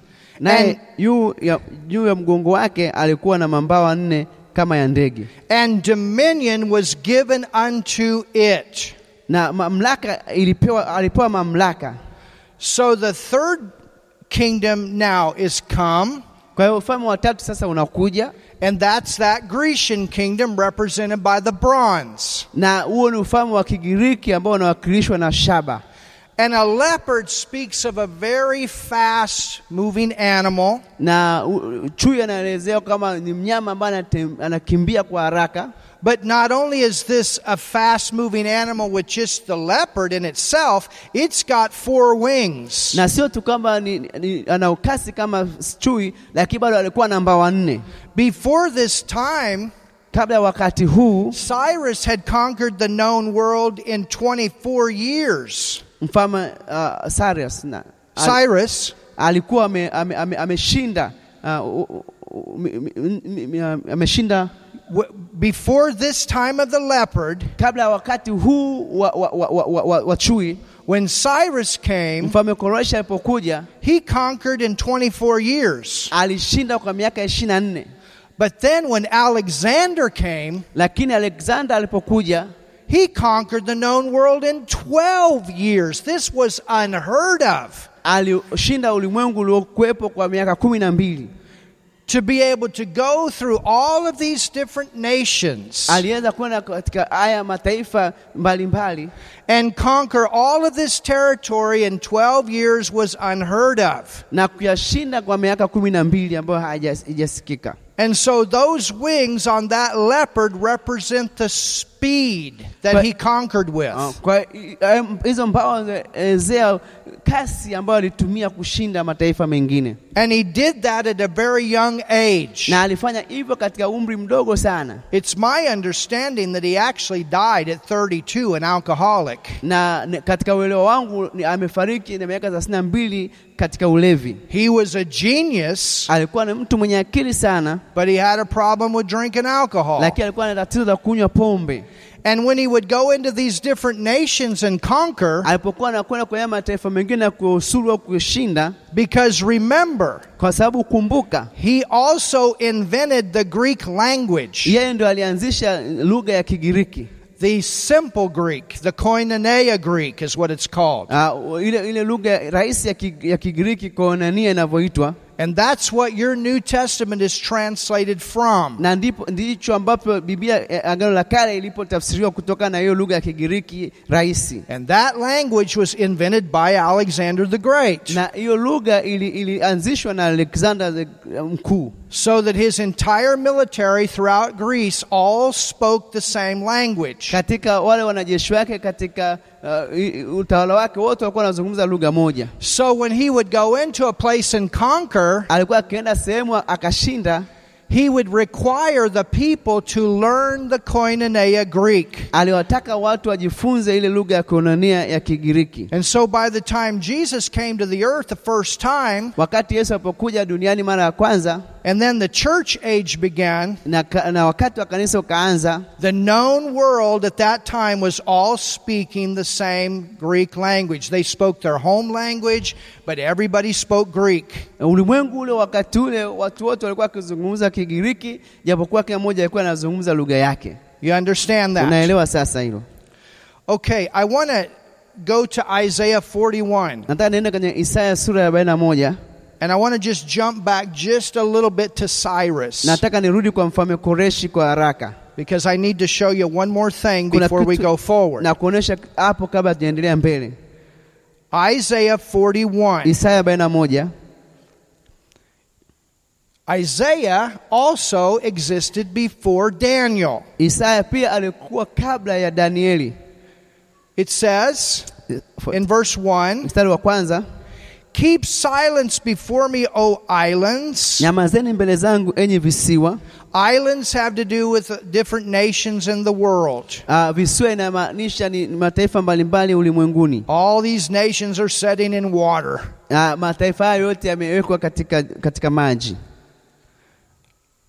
[SPEAKER 1] naye juu ya, juu ya mgongo wake alikuwa na mambawa nne kama ya ndege,
[SPEAKER 2] And dominion was given unto it.
[SPEAKER 1] na mamlaka ilipewa, alipewa mamlaka.
[SPEAKER 2] So the third kingdom now is come,
[SPEAKER 1] Kwa hiyo ufalme wa tatu sasa unakuja
[SPEAKER 2] and that's that Grecian kingdom represented by the bronze.
[SPEAKER 1] na huo ni ufalme wa Kigiriki ambao unawakilishwa na shaba,
[SPEAKER 2] And a leopard speaks of a very fast moving animal.
[SPEAKER 1] na u- chui anaelezewa kama ni mnyama ambaye anatem- anakimbia kwa haraka.
[SPEAKER 2] But not only is this a fast moving animal with just the leopard in itself, it's got four wings.
[SPEAKER 1] na sio tu kwamba ni, ni, ana ukasi kama chui, lakini bado alikuwa namba wanne.
[SPEAKER 2] Before this time,
[SPEAKER 1] Kabla ya wakati huu,
[SPEAKER 2] Cyrus had conquered the known world in 24 years.
[SPEAKER 1] mfalme uh, Cyrus na, al,
[SPEAKER 2] Cyrus,
[SPEAKER 1] alikuwa ame- ame- ame- ameshinda ame uh, u- u- mi- mi- mi- mi- uh, ameshinda
[SPEAKER 2] w- before this time of the leopard,
[SPEAKER 1] kabla ya wakati huu wa, wa, wa, wa, wa, wa, wa chui.
[SPEAKER 2] when Cyrus came,
[SPEAKER 1] Mfalme Koresha alipokuja
[SPEAKER 2] he conquered in 24 years.
[SPEAKER 1] alishinda kwa miaka ishirini na nne
[SPEAKER 2] But then when Alexander came,
[SPEAKER 1] lakini Alexander alipokuja
[SPEAKER 2] he conquered the known world in 12 years. This was unheard of.
[SPEAKER 1] alishinda ulimwengu uliokuwepo kwa miaka kumi na mbili.
[SPEAKER 2] to be able to go through all of these different nations
[SPEAKER 1] aliweza kwenda katika haya mataifa mbalimbali
[SPEAKER 2] and conquer all of this territory in 12 years was unheard of.
[SPEAKER 1] na kuyashinda kwa miaka kumi na mbili ambayo hajasikika.
[SPEAKER 2] And so those wings on that leopard represent the s- speed that
[SPEAKER 1] But-
[SPEAKER 2] he conquered with.
[SPEAKER 1] Ah, kwa em, hizo mbawa za Ezea, kasi ambayo alitumia kushinda mataifa mengine,
[SPEAKER 2] And he did that at a very young age.
[SPEAKER 1] na alifanya hivyo katika umri mdogo sana,
[SPEAKER 2] it's my understanding that he actually died at 32, an alcoholic.
[SPEAKER 1] na ne- katika uelewa wangu ni- amefariki na miaka thelathini na mbili katika ulevi.
[SPEAKER 2] He was a genius,
[SPEAKER 1] Alikuwa ni mtu mwenye akili sana,
[SPEAKER 2] but he had a problem with drinking alcohol.
[SPEAKER 1] lakini alikuwa na tatizo la kunywa pombe.
[SPEAKER 2] and when he would go into these different nations and conquer,
[SPEAKER 1] Alipokuwa anakwenda kwenye mataifa mengine na kuhusuru au kushinda,
[SPEAKER 2] because remember,
[SPEAKER 1] kwa sababu kumbuka,
[SPEAKER 2] he also invented the Greek language,
[SPEAKER 1] yeye ndio alianzisha lugha ya Kigiriki.
[SPEAKER 2] the simple Greek, the Koinonia Greek is what it's called.
[SPEAKER 1] Uh, ile, ile lugha rahisi ya, ki, ya Kigiriki koinonia inavyoitwa,
[SPEAKER 2] And that's what your New Testament is translated from.
[SPEAKER 1] na ndipo ndicho ambapo Biblia eh, Agano la Kale ilipotafsiriwa kutokana na hiyo lugha ya Kigiriki rahisi,
[SPEAKER 2] And that language was invented by Alexander the Great,
[SPEAKER 1] na hiyo lugha ili- ilianzishwa na Alexander the- eh, Mkuu,
[SPEAKER 2] so that his entire military throughout Greece all spoke the same language.
[SPEAKER 1] katika wale wanajeshi wake katika uh, i- i- utawala wake wote walikuwa wanazungumza lugha moja.
[SPEAKER 2] So when he would go into a place and conquer,
[SPEAKER 1] Alikuwa akienda sehemu akashinda,
[SPEAKER 2] he would require the people to learn the Koinonia Greek.
[SPEAKER 1] aliwataka watu wajifunze ile lugha ya koinonia ya Kigiriki.
[SPEAKER 2] And so by the time Jesus came to the earth the first time,
[SPEAKER 1] Wakati Yesu alipokuja duniani mara ya kwanza
[SPEAKER 2] and then the church age began,
[SPEAKER 1] na, ka- na wakati wa kanisa ukaanza,
[SPEAKER 2] the known world at that time was all speaking the same Greek language. They spoke their home language, but everybody spoke Greek.
[SPEAKER 1] ulimwengu ule, wakati ule watu wote walikuwa wakizungumza Kigiriki, japokuwa kila mmoja alikuwa anazungumza lugha yake.
[SPEAKER 2] You understand that?
[SPEAKER 1] Unaelewa sasa hilo?
[SPEAKER 2] Okay, I want to go to Isaiah 41,
[SPEAKER 1] Nataka niende kwenye Isaya sura ya arobaini na moja.
[SPEAKER 2] and I want to just jump back just a little bit to Cyrus,
[SPEAKER 1] Nataka nirudi kwa mfalme Koreshi kwa haraka
[SPEAKER 2] because I need to show you one more thing
[SPEAKER 1] Kuna
[SPEAKER 2] before we
[SPEAKER 1] kitu-
[SPEAKER 2] go forward.
[SPEAKER 1] na kuonesha hapo, kabla tujaendelea mbele.
[SPEAKER 2] Isaiah 41.
[SPEAKER 1] Isaya arobaini na moja.
[SPEAKER 2] Isaiah also existed before Daniel.
[SPEAKER 1] Isaya pia alikuwa kabla ya Danieli.
[SPEAKER 2] It says in verse 1
[SPEAKER 1] Mstari wa kwanza,
[SPEAKER 2] Keep silence before me, O islands.
[SPEAKER 1] nyamazeni mbele zangu enyi visiwa.
[SPEAKER 2] Islands have to do with different nations in the world.
[SPEAKER 1] Uh, visiwa inamaanisha ni ni mataifa mbalimbali ulimwenguni.
[SPEAKER 2] All these nations are setting in water.
[SPEAKER 1] Ah, mataifa hayo yote yamewekwa katika, katika maji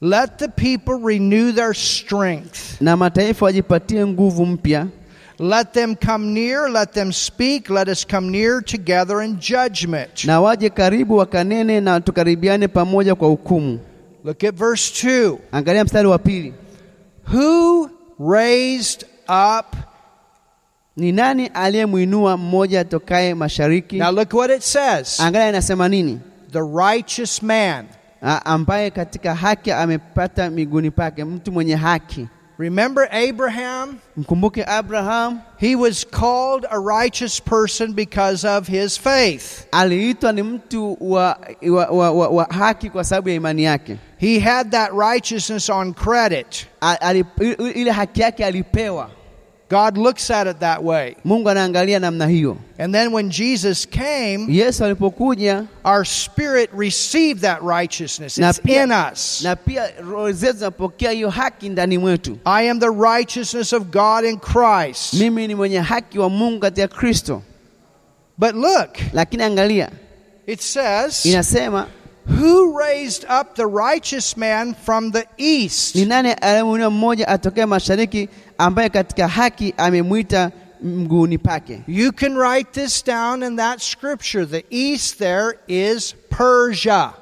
[SPEAKER 2] Let the people renew their strength.
[SPEAKER 1] na mataifa wajipatie nguvu mpya.
[SPEAKER 2] Let them come near, let them speak, let us come near together in judgment.
[SPEAKER 1] Na waje karibu wakanene na tukaribiane pamoja kwa hukumu.
[SPEAKER 2] Look at verse 2.
[SPEAKER 1] Angalia mstari wa pili.
[SPEAKER 2] Who raised up?
[SPEAKER 1] Ni nani aliyemwinua mmoja atokaye mashariki?
[SPEAKER 2] Now look what it says.
[SPEAKER 1] Angalia inasema nini?
[SPEAKER 2] The righteous man.
[SPEAKER 1] Ah, ambaye katika haki amepata miguuni pake, mtu mwenye haki.
[SPEAKER 2] Remember Abraham?
[SPEAKER 1] Mkumbuke Abraham
[SPEAKER 2] He was called a righteous person because of his faith.
[SPEAKER 1] aliitwa ni mtu wa, wa, wa, wa, wa haki kwa sababu ya imani yake.
[SPEAKER 2] He had that righteousness on credit.
[SPEAKER 1] A- alip- i- i- Ile haki yake alipewa.
[SPEAKER 2] God looks at it that way.
[SPEAKER 1] Mungu anaangalia namna hiyo.
[SPEAKER 2] And then when Jesus came,
[SPEAKER 1] Yesu alipokuja
[SPEAKER 2] our spirit received that righteousness.
[SPEAKER 1] Na
[SPEAKER 2] It's
[SPEAKER 1] pia-
[SPEAKER 2] in us.
[SPEAKER 1] na pia roho zetu zinapokea hiyo haki ndani mwetu.
[SPEAKER 2] I am the righteousness of God in Christ.
[SPEAKER 1] Mimi ni mwenye haki wa Mungu katika Kristo.
[SPEAKER 2] But look,
[SPEAKER 1] Lakini angalia,
[SPEAKER 2] it says,
[SPEAKER 1] inasema
[SPEAKER 2] Who raised up the righteous man from the east?
[SPEAKER 1] ni nani aliyemuinua mmoja atokea mashariki, ambaye katika haki amemwita mguuni pake.
[SPEAKER 2] You can write this down in that scripture. The east there is Persia.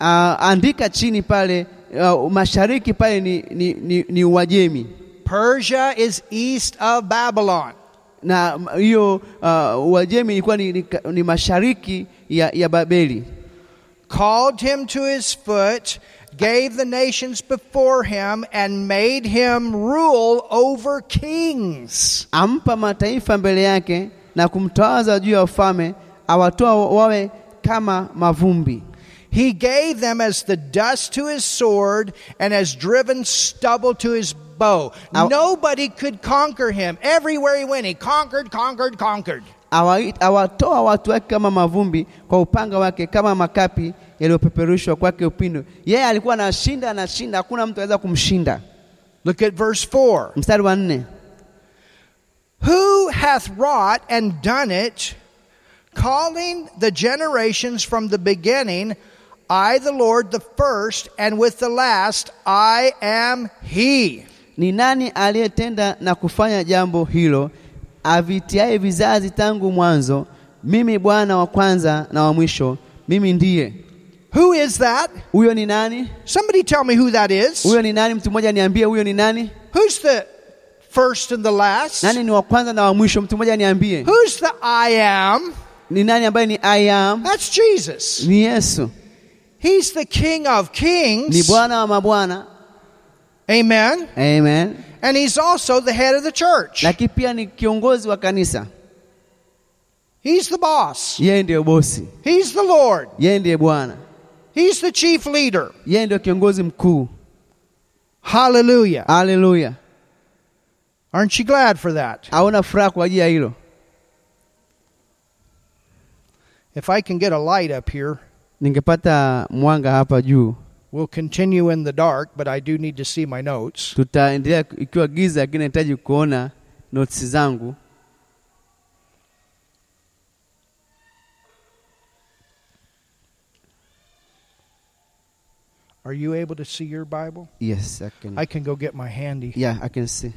[SPEAKER 1] Uh, andika chini pale uh, mashariki pale ni, ni, ni, ni Uajemi
[SPEAKER 2] Persia is east of Babylon.
[SPEAKER 1] na m- hiyo uh, Uajemi ilikuwa ni, ni, ka- ni mashariki ya, ya Babeli.
[SPEAKER 2] Called him to his foot, gave the nations before him, and made him rule over kings.
[SPEAKER 1] ampa mataifa mbele yake na kumtawaza juu ya ufalme, awatoa wawe kama mavumbi.
[SPEAKER 2] He gave them as the dust to his sword and as driven stubble to his bow.
[SPEAKER 1] Now-
[SPEAKER 2] Nobody could conquer him. Everywhere he went, he conquered, conquered, conquered.
[SPEAKER 1] Awai- awatoa watu wake kama mavumbi kwa upanga wake, kama makapi yaliyopeperushwa kwake upindo. Yeye alikuwa anashinda, anashinda, hakuna mtu aweza kumshinda.
[SPEAKER 2] Look at verse 4.
[SPEAKER 1] Mstari wa nne,
[SPEAKER 2] Who hath wrought and done it, calling the generations from the beginning, I the Lord the first, and with the last, I am He.
[SPEAKER 1] ni nani aliyetenda na kufanya jambo hilo, avitiaye vizazi tangu mwanzo? Mimi Bwana wa kwanza na wa mwisho, mimi ndiye.
[SPEAKER 2] Who is that?
[SPEAKER 1] Huyo ni nani?
[SPEAKER 2] Somebody tell me who that is.
[SPEAKER 1] Huyo ni nani? Mtu mmoja niambie, huyo ni nani?
[SPEAKER 2] Who's the first and the last?
[SPEAKER 1] Nani ni wa kwanza na wa mwisho? Mtu mmoja niambie,
[SPEAKER 2] Who's the I am?
[SPEAKER 1] ni nani ambaye ni I am?
[SPEAKER 2] That's Jesus.
[SPEAKER 1] Ni Yesu,
[SPEAKER 2] He's the King of
[SPEAKER 1] ni
[SPEAKER 2] Kings.
[SPEAKER 1] Bwana wa mabwana.
[SPEAKER 2] Amen.
[SPEAKER 1] Amen.
[SPEAKER 2] And he's also the head of the church.
[SPEAKER 1] lakini pia ni kiongozi wa kanisa.
[SPEAKER 2] He's the boss.
[SPEAKER 1] Yeye ndiye bosi,
[SPEAKER 2] He's the Lord.
[SPEAKER 1] yeye ndiye Bwana,
[SPEAKER 2] He's the chief leader.
[SPEAKER 1] yeye ndiye kiongozi mkuu.
[SPEAKER 2] Hallelujah.
[SPEAKER 1] Haleluya!
[SPEAKER 2] Aren't you glad for that?
[SPEAKER 1] Aona furaha kwa ajili ya hilo.
[SPEAKER 2] If I can get a light up here,
[SPEAKER 1] Ningepata mwanga hapa juu,
[SPEAKER 2] we'll continue in the dark, but I do need to see my notes.
[SPEAKER 1] tutaendelea ikiwa giza, lakini nahitaji kuona notisi zangu.
[SPEAKER 2] Are you able to see your Bible?
[SPEAKER 1] Yes, I can.
[SPEAKER 2] I can go get my handy.
[SPEAKER 1] yeah, I can see.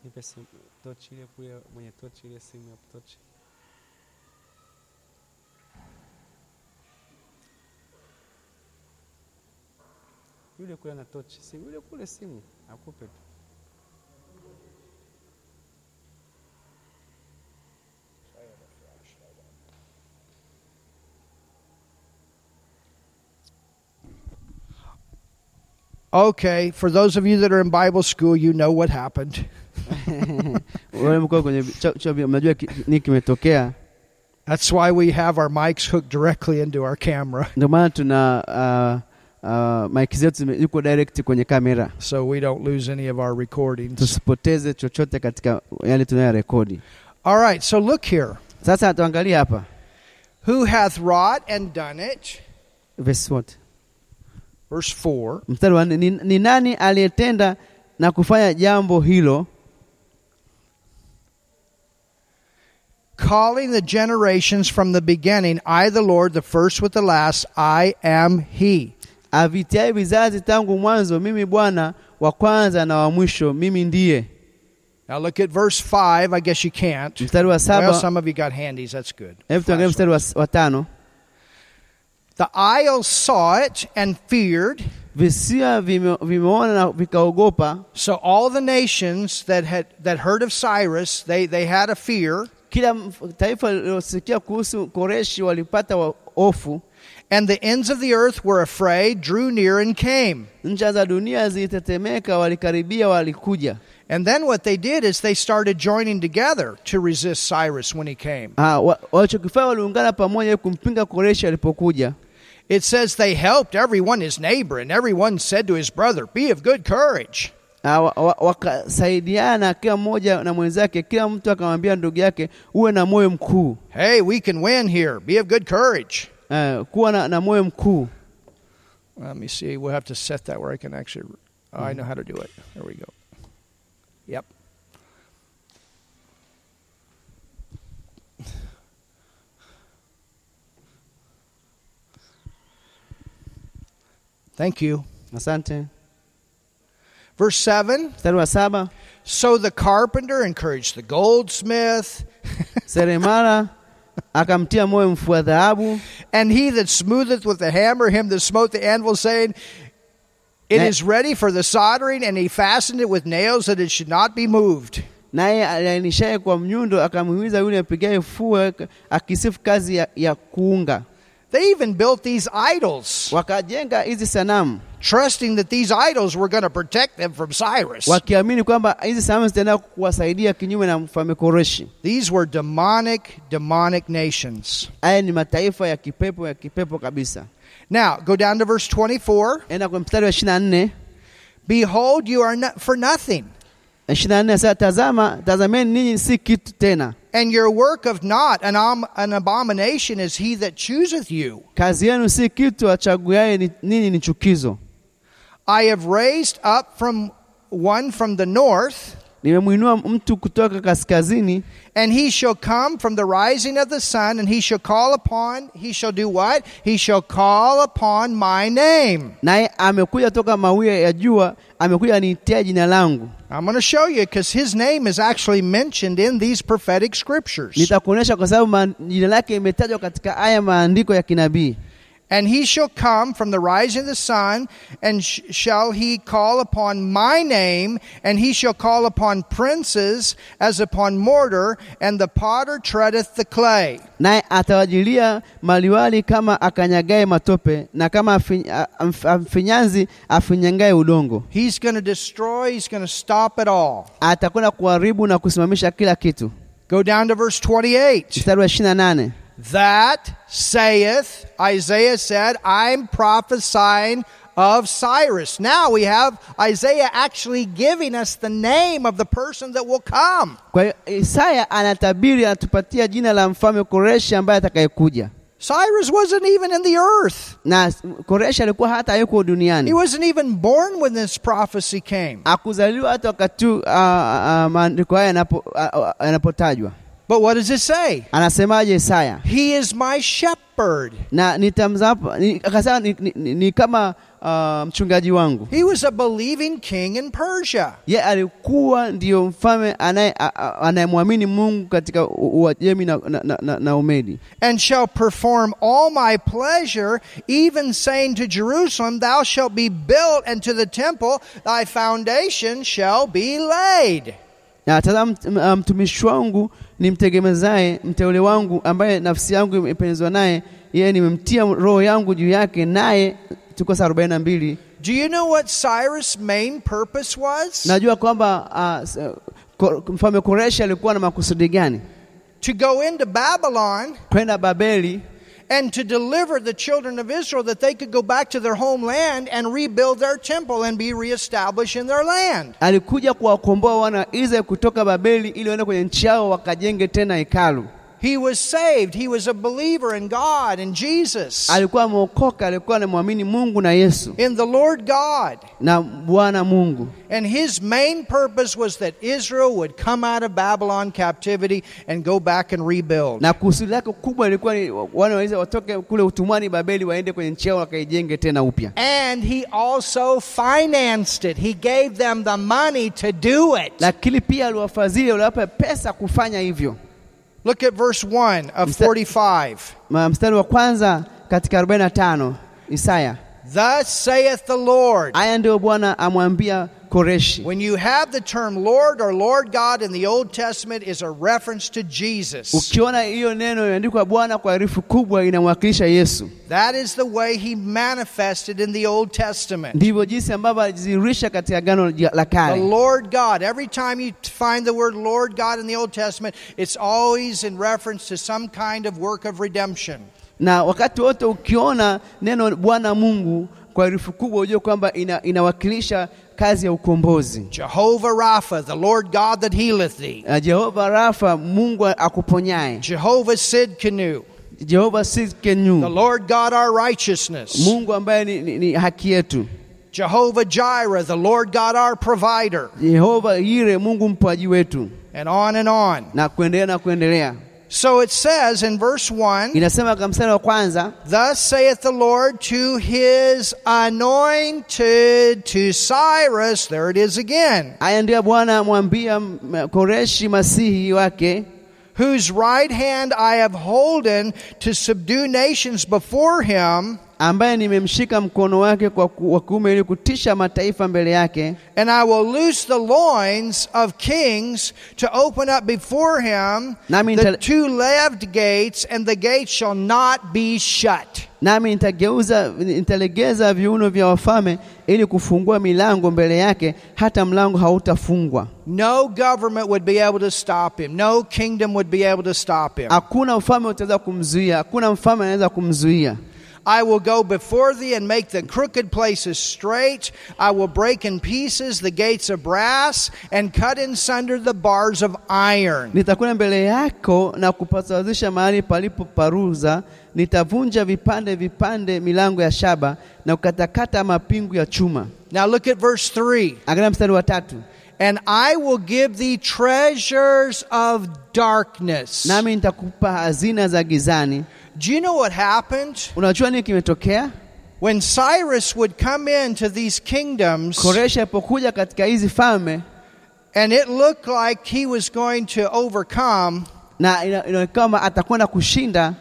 [SPEAKER 3] Nipe simu, tochi ile kule, mwenye tochi ile simu ya tochi. Yule kule ana tochi simu, yule kule simu akupe tu.
[SPEAKER 2] Okay, for those of you that are in Bible school, you know what happened.
[SPEAKER 1] Wale mko kwenye chuo- chuo, mnajua ki- nini kimetokea.
[SPEAKER 2] That's why we have our mics hooked directly into our camera
[SPEAKER 1] Ndio maana tuna uh, uh, mic zetu zime- yuko direct kwenye kamera,
[SPEAKER 2] so we don't lose any of our recordings.
[SPEAKER 1] tusipoteze chochote katika yale tunayorekodi.
[SPEAKER 2] All right, so look here.
[SPEAKER 1] Sasa tuangalie hapa
[SPEAKER 2] Who hath wrought and done it?
[SPEAKER 1] verse what?
[SPEAKER 2] Verse 4.
[SPEAKER 1] mstari wa nne ni, ni nani aliyetenda na kufanya jambo hilo
[SPEAKER 2] calling the generations from the beginning, I, the Lord, the first with the last, I am He.
[SPEAKER 1] avitiaye vizazi tangu mwanzo mimi bwana wa kwanza na wa mwisho mimi ndiye
[SPEAKER 2] Now look at verse 5. I guess you can't.
[SPEAKER 1] mstari wa
[SPEAKER 2] Well,
[SPEAKER 1] saba
[SPEAKER 2] some of you got handies. That's good.
[SPEAKER 1] hebu tuangalie mstari wa, s- wa tano
[SPEAKER 2] The isles saw it and feared.
[SPEAKER 1] visiwa vime, vimeona na vikaogopa
[SPEAKER 2] So all the nations that had that heard of Cyrus, they, they had a fear,
[SPEAKER 1] kila mf- taifa lililosikia kuhusu koreshi walipata wa- hofu
[SPEAKER 2] and the ends of the earth were afraid, drew near and came.
[SPEAKER 1] ncha za dunia zilitetemeka walikaribia walikuja
[SPEAKER 2] And then what they did is they started joining together to resist Cyrus when he came.
[SPEAKER 1] Ah, wa- walichokifanya waliungana pamoja ili kumpinga koreshi alipokuja
[SPEAKER 2] It says they helped everyone his neighbor, and everyone said to his brother, Be of good courage.
[SPEAKER 1] Ah, wa- wa- wakasaidiana kila mmoja na mwenzake, kila mtu akamwambia ndugu yake uwe na moyo mkuu,
[SPEAKER 2] Hey, we can win here. Be of good courage.
[SPEAKER 1] Eh, kuwa na, na moyo mkuu.
[SPEAKER 2] Let me see. We'll have to set that where I can actually. oh, I know how to do it. There we go. Yep. Thank you.
[SPEAKER 1] Asante.
[SPEAKER 2] Verse 7
[SPEAKER 1] Mstari wa saba
[SPEAKER 2] So the carpenter encouraged the goldsmith.
[SPEAKER 1] seremala akamtia moyo mfua dhahabu,
[SPEAKER 2] And he that smootheth with the hammer him that smote the anvil, saying, It
[SPEAKER 1] Na-
[SPEAKER 2] is ready for the soldering, and he fastened it with nails that it should not be moved.
[SPEAKER 1] naye aliainishaye kwa mnyundo akamhimiza yule apigaye fua k- akisifu kazi ya, ya kuunga.
[SPEAKER 2] They even built these idols,
[SPEAKER 1] Wakajenga hizi sanamu
[SPEAKER 2] trusting that these idols were going to protect them from Cyrus.
[SPEAKER 1] wakiamini kwamba hizi sanamu zitaenda kuwasaidia kinyume na mfalme Koreshi.
[SPEAKER 2] These were demonic, demonic nations.
[SPEAKER 1] Haya ni mataifa ya kipepo ya kipepo kabisa.
[SPEAKER 2] Now, go down to verse 24.
[SPEAKER 1] Enda kwa mstari wa 24
[SPEAKER 2] Behold, you are not for nothing,
[SPEAKER 1] 24 anasema tazama, tazameni ninyi si kitu tena,
[SPEAKER 2] and your work of naught, an, om- an abomination is he that chooseth you.
[SPEAKER 1] kazi yenu si kitu, achaguaye ni- ninyi ni chukizo.
[SPEAKER 2] I have raised up from one from the north,
[SPEAKER 1] Nimemwinua mtu kutoka kaskazini,
[SPEAKER 2] and he shall come from the rising of the sun, and he shall call upon, he shall do what? He shall call upon my name.
[SPEAKER 1] naye amekuja toka mawia ya jua, amekuja niitia jina langu.
[SPEAKER 2] I'm going to show you because his name is actually mentioned in these prophetic scriptures.
[SPEAKER 1] Nitakuonyesha kwa sababu maan- jina lake imetajwa katika haya maandiko ya kinabii.
[SPEAKER 2] And he shall come from the rising of the sun, and sh- shall he call upon my name, and he shall call upon princes as upon mortar, and the potter treadeth the clay.
[SPEAKER 1] naye atawajilia maliwali kama akanyagae matope na kama afi- a- amf- amfinyanzi afinyangae udongo.
[SPEAKER 2] He's going to destroy, he's going to stop it all.
[SPEAKER 1] Atakwenda kuharibu na kusimamisha kila kitu.
[SPEAKER 2] Go down to verse 28.
[SPEAKER 1] Mstari wa 28,
[SPEAKER 2] That saith, Isaiah said, I'm prophesying of Cyrus. Now we have Isaiah actually giving us the name of the person that will come.
[SPEAKER 1] kwa hiyo Isaya anatabiri, anatupatia jina la mfalme Koreshi ambaye atakayekuja,
[SPEAKER 2] Cyrus wasn't even in the earth.
[SPEAKER 1] na s- Koreshi alikuwa hata hayuko
[SPEAKER 2] He
[SPEAKER 1] duniani,
[SPEAKER 2] wasn't even born when this prophecy came.
[SPEAKER 1] akuzaliwa hata wakati huu, ah, ah, maandiko haya yanapo- ah, ah, yanapotajwa.
[SPEAKER 2] But what does it say?
[SPEAKER 1] Anasemaje Isaya?
[SPEAKER 2] He is my shepherd.
[SPEAKER 1] Na nitamzapa ni, akasema ni, ni, ni, ni kama ah, mchungaji wangu
[SPEAKER 2] He was a believing king in Persia.
[SPEAKER 1] ye alikuwa ndiyo mfalme anaye- a- a- anayemwamini Mungu katika U- Uajemi na, na, na- na, na Umedi,
[SPEAKER 2] and shall perform all my pleasure, even saying to Jerusalem, Thou shalt be built, and to the temple thy foundation shall be laid.
[SPEAKER 1] na tazama mt- m- ah, mtumishi wangu nimtegemezaye, mteule wangu ambaye nafsi yangu imependezwa naye, yeye nimemtia roho yangu juu yake, naye tukosa 42
[SPEAKER 2] Do you know what Cyrus' main purpose was?
[SPEAKER 1] najua kwamba ah, s- ko- mfalme Koreshi alikuwa na makusudi gani
[SPEAKER 2] to go into Babylon
[SPEAKER 1] kwenda Babeli
[SPEAKER 2] and to deliver the children of Israel that they could go back to their homeland and rebuild their temple and be reestablished in their land.
[SPEAKER 1] alikuja kuwakomboa wana wa Israeli kutoka Babeli ili waende kwenye nchi yao wakajenge tena hekalu.
[SPEAKER 2] He was saved. He was a believer in God and Jesus,
[SPEAKER 1] Alikuwa ameokoka, alikuwa anamwamini Mungu na Yesu
[SPEAKER 2] in the Lord God.
[SPEAKER 1] na Bwana Mungu,
[SPEAKER 2] And his main purpose was that Israel would come out of Babylon captivity and go back and rebuild.
[SPEAKER 1] na kusudi lake kubwa ilikuwa ni wana wa Israeli watoke kule utumwani Babeli, waende kwenye nchi yao wakaijenge tena upya.
[SPEAKER 2] and he also financed it. He gave them the money to do it.
[SPEAKER 1] Lakini pia aliwafadhili, aliwapa pesa kufanya hivyo.
[SPEAKER 2] Look at verse 1 of
[SPEAKER 1] Msta-
[SPEAKER 2] 45.
[SPEAKER 1] Ma- Mstari wa kwanza katika 45 Isaya,
[SPEAKER 2] Thus saith the Lord.
[SPEAKER 1] haya ndio Bwana amwambia Koreshi.
[SPEAKER 2] When you have the term Lord or Lord God in the Old Testament is a reference to Jesus.
[SPEAKER 1] Ukiona hiyo neno imeandikwa Bwana kwa herufi kubwa, inamwakilisha Yesu.
[SPEAKER 2] That is the way he manifested in the Old Testament.
[SPEAKER 1] ndivyo jinsi ambavyo alijidhihirisha katika agano la
[SPEAKER 2] The
[SPEAKER 1] kale.
[SPEAKER 2] Lord God. Every time you find the word Lord God in the Old Testament, it's always in reference to some kind of work of redemption.
[SPEAKER 1] Na wakati wote ukiona neno Bwana Mungu kwa herufi kubwa, ujue kwamba ina, inawakilisha kazi ya ukombozi.
[SPEAKER 2] Jehovah Rapha, the Lord God that healeth thee.
[SPEAKER 1] Uh, Jehova Rafa, Mungu akuponyaye.
[SPEAKER 2] Jehovah Sidkenu,
[SPEAKER 1] Jehova
[SPEAKER 2] the
[SPEAKER 1] Sitkenu,
[SPEAKER 2] Lord God our righteousness.
[SPEAKER 1] Mungu ambaye ni, ni, ni haki yetu.
[SPEAKER 2] Jehovah Jireh, the Lord God our provider.
[SPEAKER 1] Jehova Yire, Mungu mpoaji wetu,
[SPEAKER 2] And on and on.
[SPEAKER 1] na kuendelea na kuendelea.
[SPEAKER 2] So it says in verse 1
[SPEAKER 1] Inasema katika mstari wa kwanza,
[SPEAKER 2] Thus saith the Lord to his anointed, to Cyrus. There it is again.
[SPEAKER 1] haya ndiyo Bwana amwambia m- Koreshi masihi wake,
[SPEAKER 2] whose right hand I have holden to subdue nations before him,
[SPEAKER 1] ambaye nimemshika mkono wake kwa ku- wa kuume ili kutisha mataifa mbele yake
[SPEAKER 2] and I will loose the loins of kings to open up before him
[SPEAKER 1] Nami
[SPEAKER 2] the
[SPEAKER 1] nital-
[SPEAKER 2] two left gates, and the gates shall not be shut.
[SPEAKER 1] nami nitageuza nitalegeza viuno vya wafalme ili kufungua milango mbele yake hata mlango hautafungwa
[SPEAKER 2] No government would be able to stop him. No kingdom would be able to stop him.
[SPEAKER 1] hakuna ufalme utaweza kumzuia hakuna mfalme anaweza kumzuia
[SPEAKER 2] I will go before thee and make the crooked places straight. I will break in pieces the gates of brass and cut in sunder the bars of iron.
[SPEAKER 1] nitakwenda mbele yako na kupasawazisha mahali palipo paruza nitavunja vipande vipande milango ya shaba na kukatakata mapingu ya chuma
[SPEAKER 2] Now look at verse 3.
[SPEAKER 1] angalia mstari wa tatu
[SPEAKER 2] And I will give thee treasures of darkness.
[SPEAKER 1] nami nitakupa hazina za gizani
[SPEAKER 2] Do you know what happened?
[SPEAKER 1] unajua nini kimetokea
[SPEAKER 2] When Cyrus would come into these kingdoms,
[SPEAKER 1] koresha alipokuja katika hizi falme
[SPEAKER 2] and it looked like he was going to overcome,
[SPEAKER 1] na ina- inaonekana kama atakwenda kushinda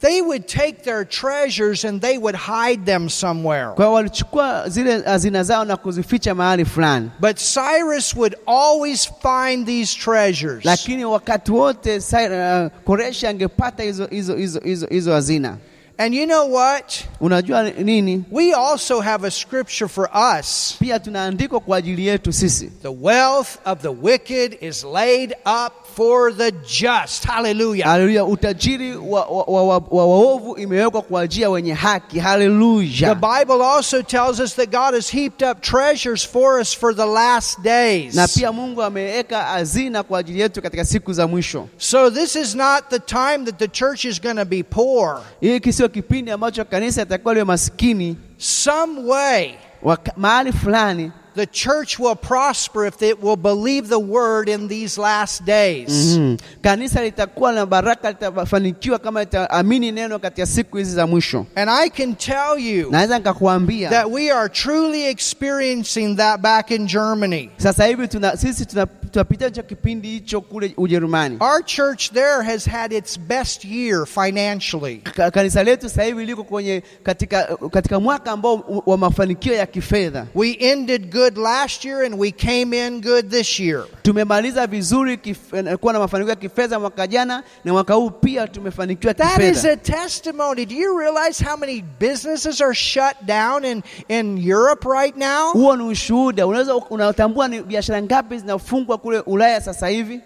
[SPEAKER 2] they would take their treasures and they would hide them somewhere.
[SPEAKER 1] kwa hiyo walichukua zile hazina zao na kuzificha mahali fulani
[SPEAKER 2] But Cyrus would always find these treasures.
[SPEAKER 1] lakini wakati wote Sai- uh, koresha angepata hizo hizo hizo hizo hizo hazina
[SPEAKER 2] And you know what?
[SPEAKER 1] unajua nini
[SPEAKER 2] We also have a scripture for us.
[SPEAKER 1] pia tunaandikwa kwa ajili yetu sisi
[SPEAKER 2] The wealth of the wicked is laid up for the just. Hallelujah.
[SPEAKER 1] haleluya utajiri wa waovu wa, wa, wa waovu imewekwa kwa ajili ya wenye haki haleluya
[SPEAKER 2] The Bible also tells us that God has heaped up treasures for us for the last days.
[SPEAKER 1] na pia mungu ameweka hazina kwa ajili yetu katika siku za mwisho
[SPEAKER 2] So, this is not the time that the church is going to be poor.
[SPEAKER 1] hiki sio kipindi ambacho kanisa itakuwa liwe maskini
[SPEAKER 2] Some way,
[SPEAKER 1] Waka, mahali fulani
[SPEAKER 2] the church will prosper if it will believe the word in these last days.
[SPEAKER 1] mm, kanisa litakuwa na baraka litafanikiwa kama litaamini neno katika siku hizi za mwisho
[SPEAKER 2] And I can tell you
[SPEAKER 1] naweza nikakuambia
[SPEAKER 2] that we are truly experiencing that back in Germany.
[SPEAKER 1] sasa hivi tuna, sisi tuna- tunapitia hicho kipindi hicho kule ujerumani
[SPEAKER 2] Our church there has had its best year financially.
[SPEAKER 1] Ka- kanisa letu sasa hivi liko kwenye katika, katika mwaka ambao u- wa mafanikio ya kifedha.
[SPEAKER 2] We ended good last year and we came in good this year.
[SPEAKER 1] Tumemaliza vizuri kif, eh, kuwa na mafanikio ya kifedha mwaka jana na mwaka huu pia tumefanikiwa
[SPEAKER 2] That is
[SPEAKER 1] kifedha.
[SPEAKER 2] a testimony. Do you realize how many businesses are shut down in, in Europe right now?
[SPEAKER 1] Huo ni ushuhuda. Unaweza uk- unatambua ni biashara ngapi zinafungwa kule Ulaya sasa hivi,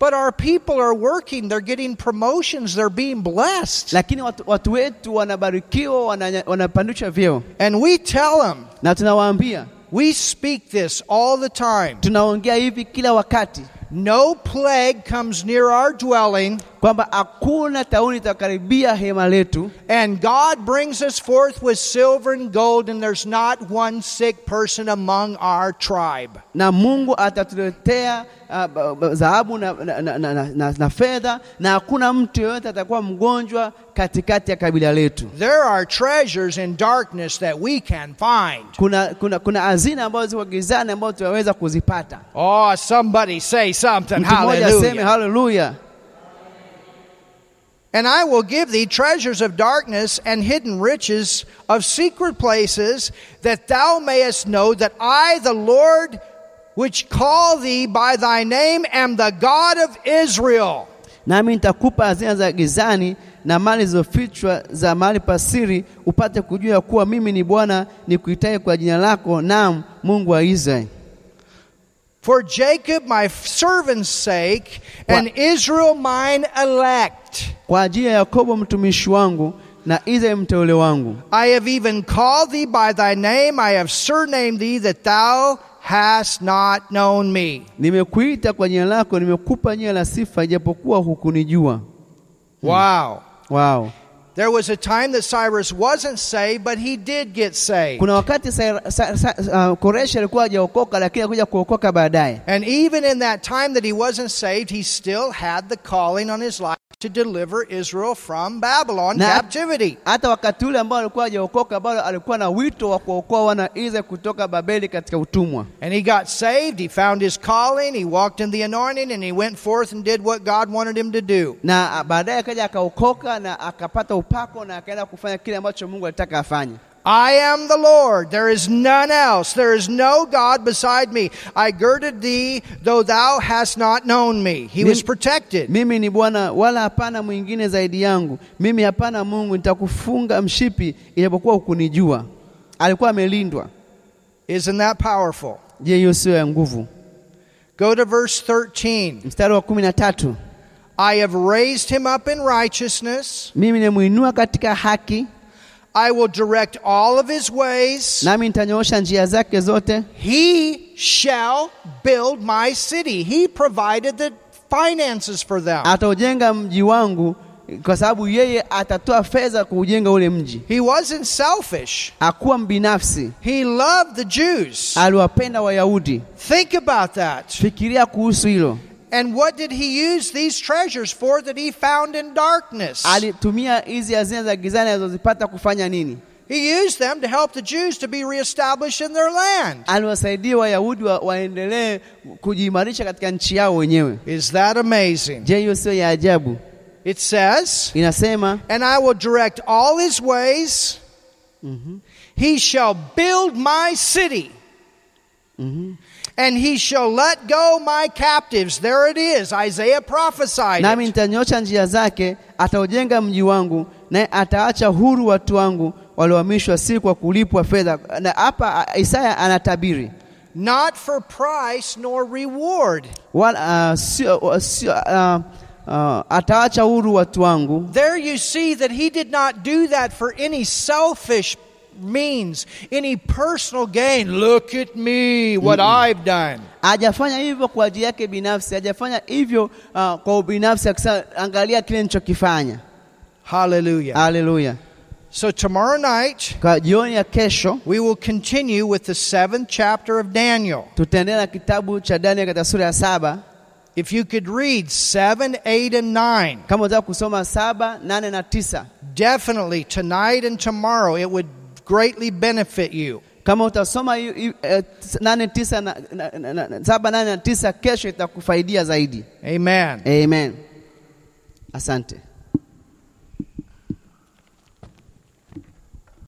[SPEAKER 2] But our people are working, they're getting promotions, they're being blessed.
[SPEAKER 1] lakini watu, watu wetu wanabarikiwa, wananya- wanapandishwa vyeo,
[SPEAKER 2] And we tell them,
[SPEAKER 1] na tunawaambia
[SPEAKER 2] we speak this all the time.
[SPEAKER 1] tunaongea hivi kila wakati
[SPEAKER 2] No plague comes near our dwelling,
[SPEAKER 1] kwamba hakuna tauni itakaribia hema letu
[SPEAKER 2] and God brings us forth with silver and gold, and there's not one sick person among our tribe.
[SPEAKER 1] na Mungu atatuletea ah, ba- ba- dhahabu na, na, na, na, na, na fedha na hakuna mtu yeyote atakuwa mgonjwa katikati ya kabila letu.
[SPEAKER 2] There are treasures in darkness that we can find.
[SPEAKER 1] Kuna kuna kuna hazina ambazo ziko gizani ambazo tunaweza kuzipata.
[SPEAKER 2] Oh, somebody say something.
[SPEAKER 1] Mtu mmoja aseme
[SPEAKER 2] Hallelujah.
[SPEAKER 1] haleluya.
[SPEAKER 2] And I will give thee treasures of darkness and hidden riches of secret places, that thou mayest know that I, the Lord, which call thee by thy name, am the God of Israel.
[SPEAKER 1] Nami nitakupa hazina za gizani na mali zilizofichwa za mahali pa siri, upate kujua ya kuwa mimi ni Bwana nikuitaye kwa jina lako, naam Mungu wa Israeli.
[SPEAKER 2] For Jacob my servant's sake, and Israel mine elect,
[SPEAKER 1] Kwa ajili ya Yakobo mtumishi wangu na Israeli mteule wangu.
[SPEAKER 2] I have even called thee by thy name, I have surnamed thee, that thou hast not known me.
[SPEAKER 1] Nimekuita kwa jina lako, nimekupa jina la sifa, ijapokuwa hukunijua.
[SPEAKER 2] Wow.
[SPEAKER 1] Wow.
[SPEAKER 2] There was a time that Cyrus wasn't saved, but he did get saved.
[SPEAKER 1] Kuna wakati Sa- Sa- Sa- uh, Koresha alikuwa hajaokoka, lakini alikuja kuokoka baadaye.
[SPEAKER 2] And even in that time that he wasn't saved, he still had the calling on his life to deliver Israel from Babylon
[SPEAKER 1] Na-
[SPEAKER 2] captivity.
[SPEAKER 1] hata wakati ule ambao alikuwa hajaokoka bado alikuwa na wito wa kuokoa wana Israeli kutoka Babeli katika utumwa,
[SPEAKER 2] And he got saved, he found his calling, he walked in the anointing, and he went forth and did what God wanted him to do.
[SPEAKER 1] na ah, baadaye akaja akaokoka na akapata upako na akaenda kufanya kile ambacho Mungu alitaka afanye.
[SPEAKER 2] I am the Lord, there is none else, there is no God beside me. I girded thee, though thou hast not known me. He was
[SPEAKER 1] Mim-
[SPEAKER 2] protected.
[SPEAKER 1] Mimi ni Bwana, wala hapana mwingine zaidi yangu. Mimi hapana Mungu, nitakufunga mshipi ijapokuwa hukunijua. Alikuwa amelindwa.
[SPEAKER 2] Isn't that powerful?
[SPEAKER 1] Je, hiyo sio ya nguvu?
[SPEAKER 2] Go to verse 13.
[SPEAKER 1] Mstari wa kumi na tatu
[SPEAKER 2] I have raised him up in righteousness.
[SPEAKER 1] mimi nimuinua katika haki,
[SPEAKER 2] I will direct all of his ways.
[SPEAKER 1] nami nitanyoosha njia zake zote.
[SPEAKER 2] He shall build my city. He provided the finances for them.
[SPEAKER 1] Ataujenga mji wangu, kwa sababu yeye atatoa fedha kuujenga ule mji.
[SPEAKER 2] He wasn't selfish.
[SPEAKER 1] Hakuwa mbinafsi,
[SPEAKER 2] He loved the Jews.
[SPEAKER 1] aliwapenda Wayahudi.
[SPEAKER 2] Think about that.
[SPEAKER 1] Fikiria kuhusu hilo.
[SPEAKER 2] And what did he use these treasures for that he found in darkness?
[SPEAKER 1] Alitumia hizi hazina za gizani alizozipata kufanya nini?
[SPEAKER 2] He used them to help the Jews to be reestablished in their land.
[SPEAKER 1] aliwasaidia Wayahudi wa, waendelee kujiimarisha katika nchi yao wenyewe.
[SPEAKER 2] Is that amazing?
[SPEAKER 1] Je, hiyo sio ya ajabu?
[SPEAKER 2] It says.
[SPEAKER 1] Inasema
[SPEAKER 2] and I will direct all his ways. He shall build my city. And he shall let go my captives. There it is. Isaiah prophesied.
[SPEAKER 1] nami
[SPEAKER 2] it.
[SPEAKER 1] nitanyosha njia zake, ataujenga mji wangu, naye ataacha huru watu wangu waliohamishwa, si kwa kulipwa fedha. Na hapa a- Isaya anatabiri
[SPEAKER 2] Not for price nor reward.
[SPEAKER 1] wala uh, sio, uh, sio, uh, uh, ataacha huru watu wangu.
[SPEAKER 2] There you see that he did not do that for any selfish means, any personal gain. Look at me, what I've done.
[SPEAKER 1] Hajafanya hivyo kwa ajili yake binafsi, hajafanya hivyo uh, kwa ubinafsi, akisema angalia kile nilichokifanya.
[SPEAKER 2] Hallelujah.
[SPEAKER 1] Uh, Haleluya!
[SPEAKER 2] so tomorrow night,
[SPEAKER 1] Kwa jioni ya kesho
[SPEAKER 2] We will continue with the seventh chapter of Daniel.
[SPEAKER 1] tutaendelea na kitabu cha Daniel katika sura ya saba.
[SPEAKER 2] If you could read 7, 8, and 9,
[SPEAKER 1] Kama unataka kusoma saba, nane na tisa,
[SPEAKER 2] definitely tonight and tomorrow it would greatly benefit you.
[SPEAKER 1] kama utasoma hiyo- hiyo, eh, tis- nane, tisa na, na, na, na, saba, nane na tisa, kesho itakufaidia zaidi.
[SPEAKER 2] Amen.
[SPEAKER 1] Amen, asante.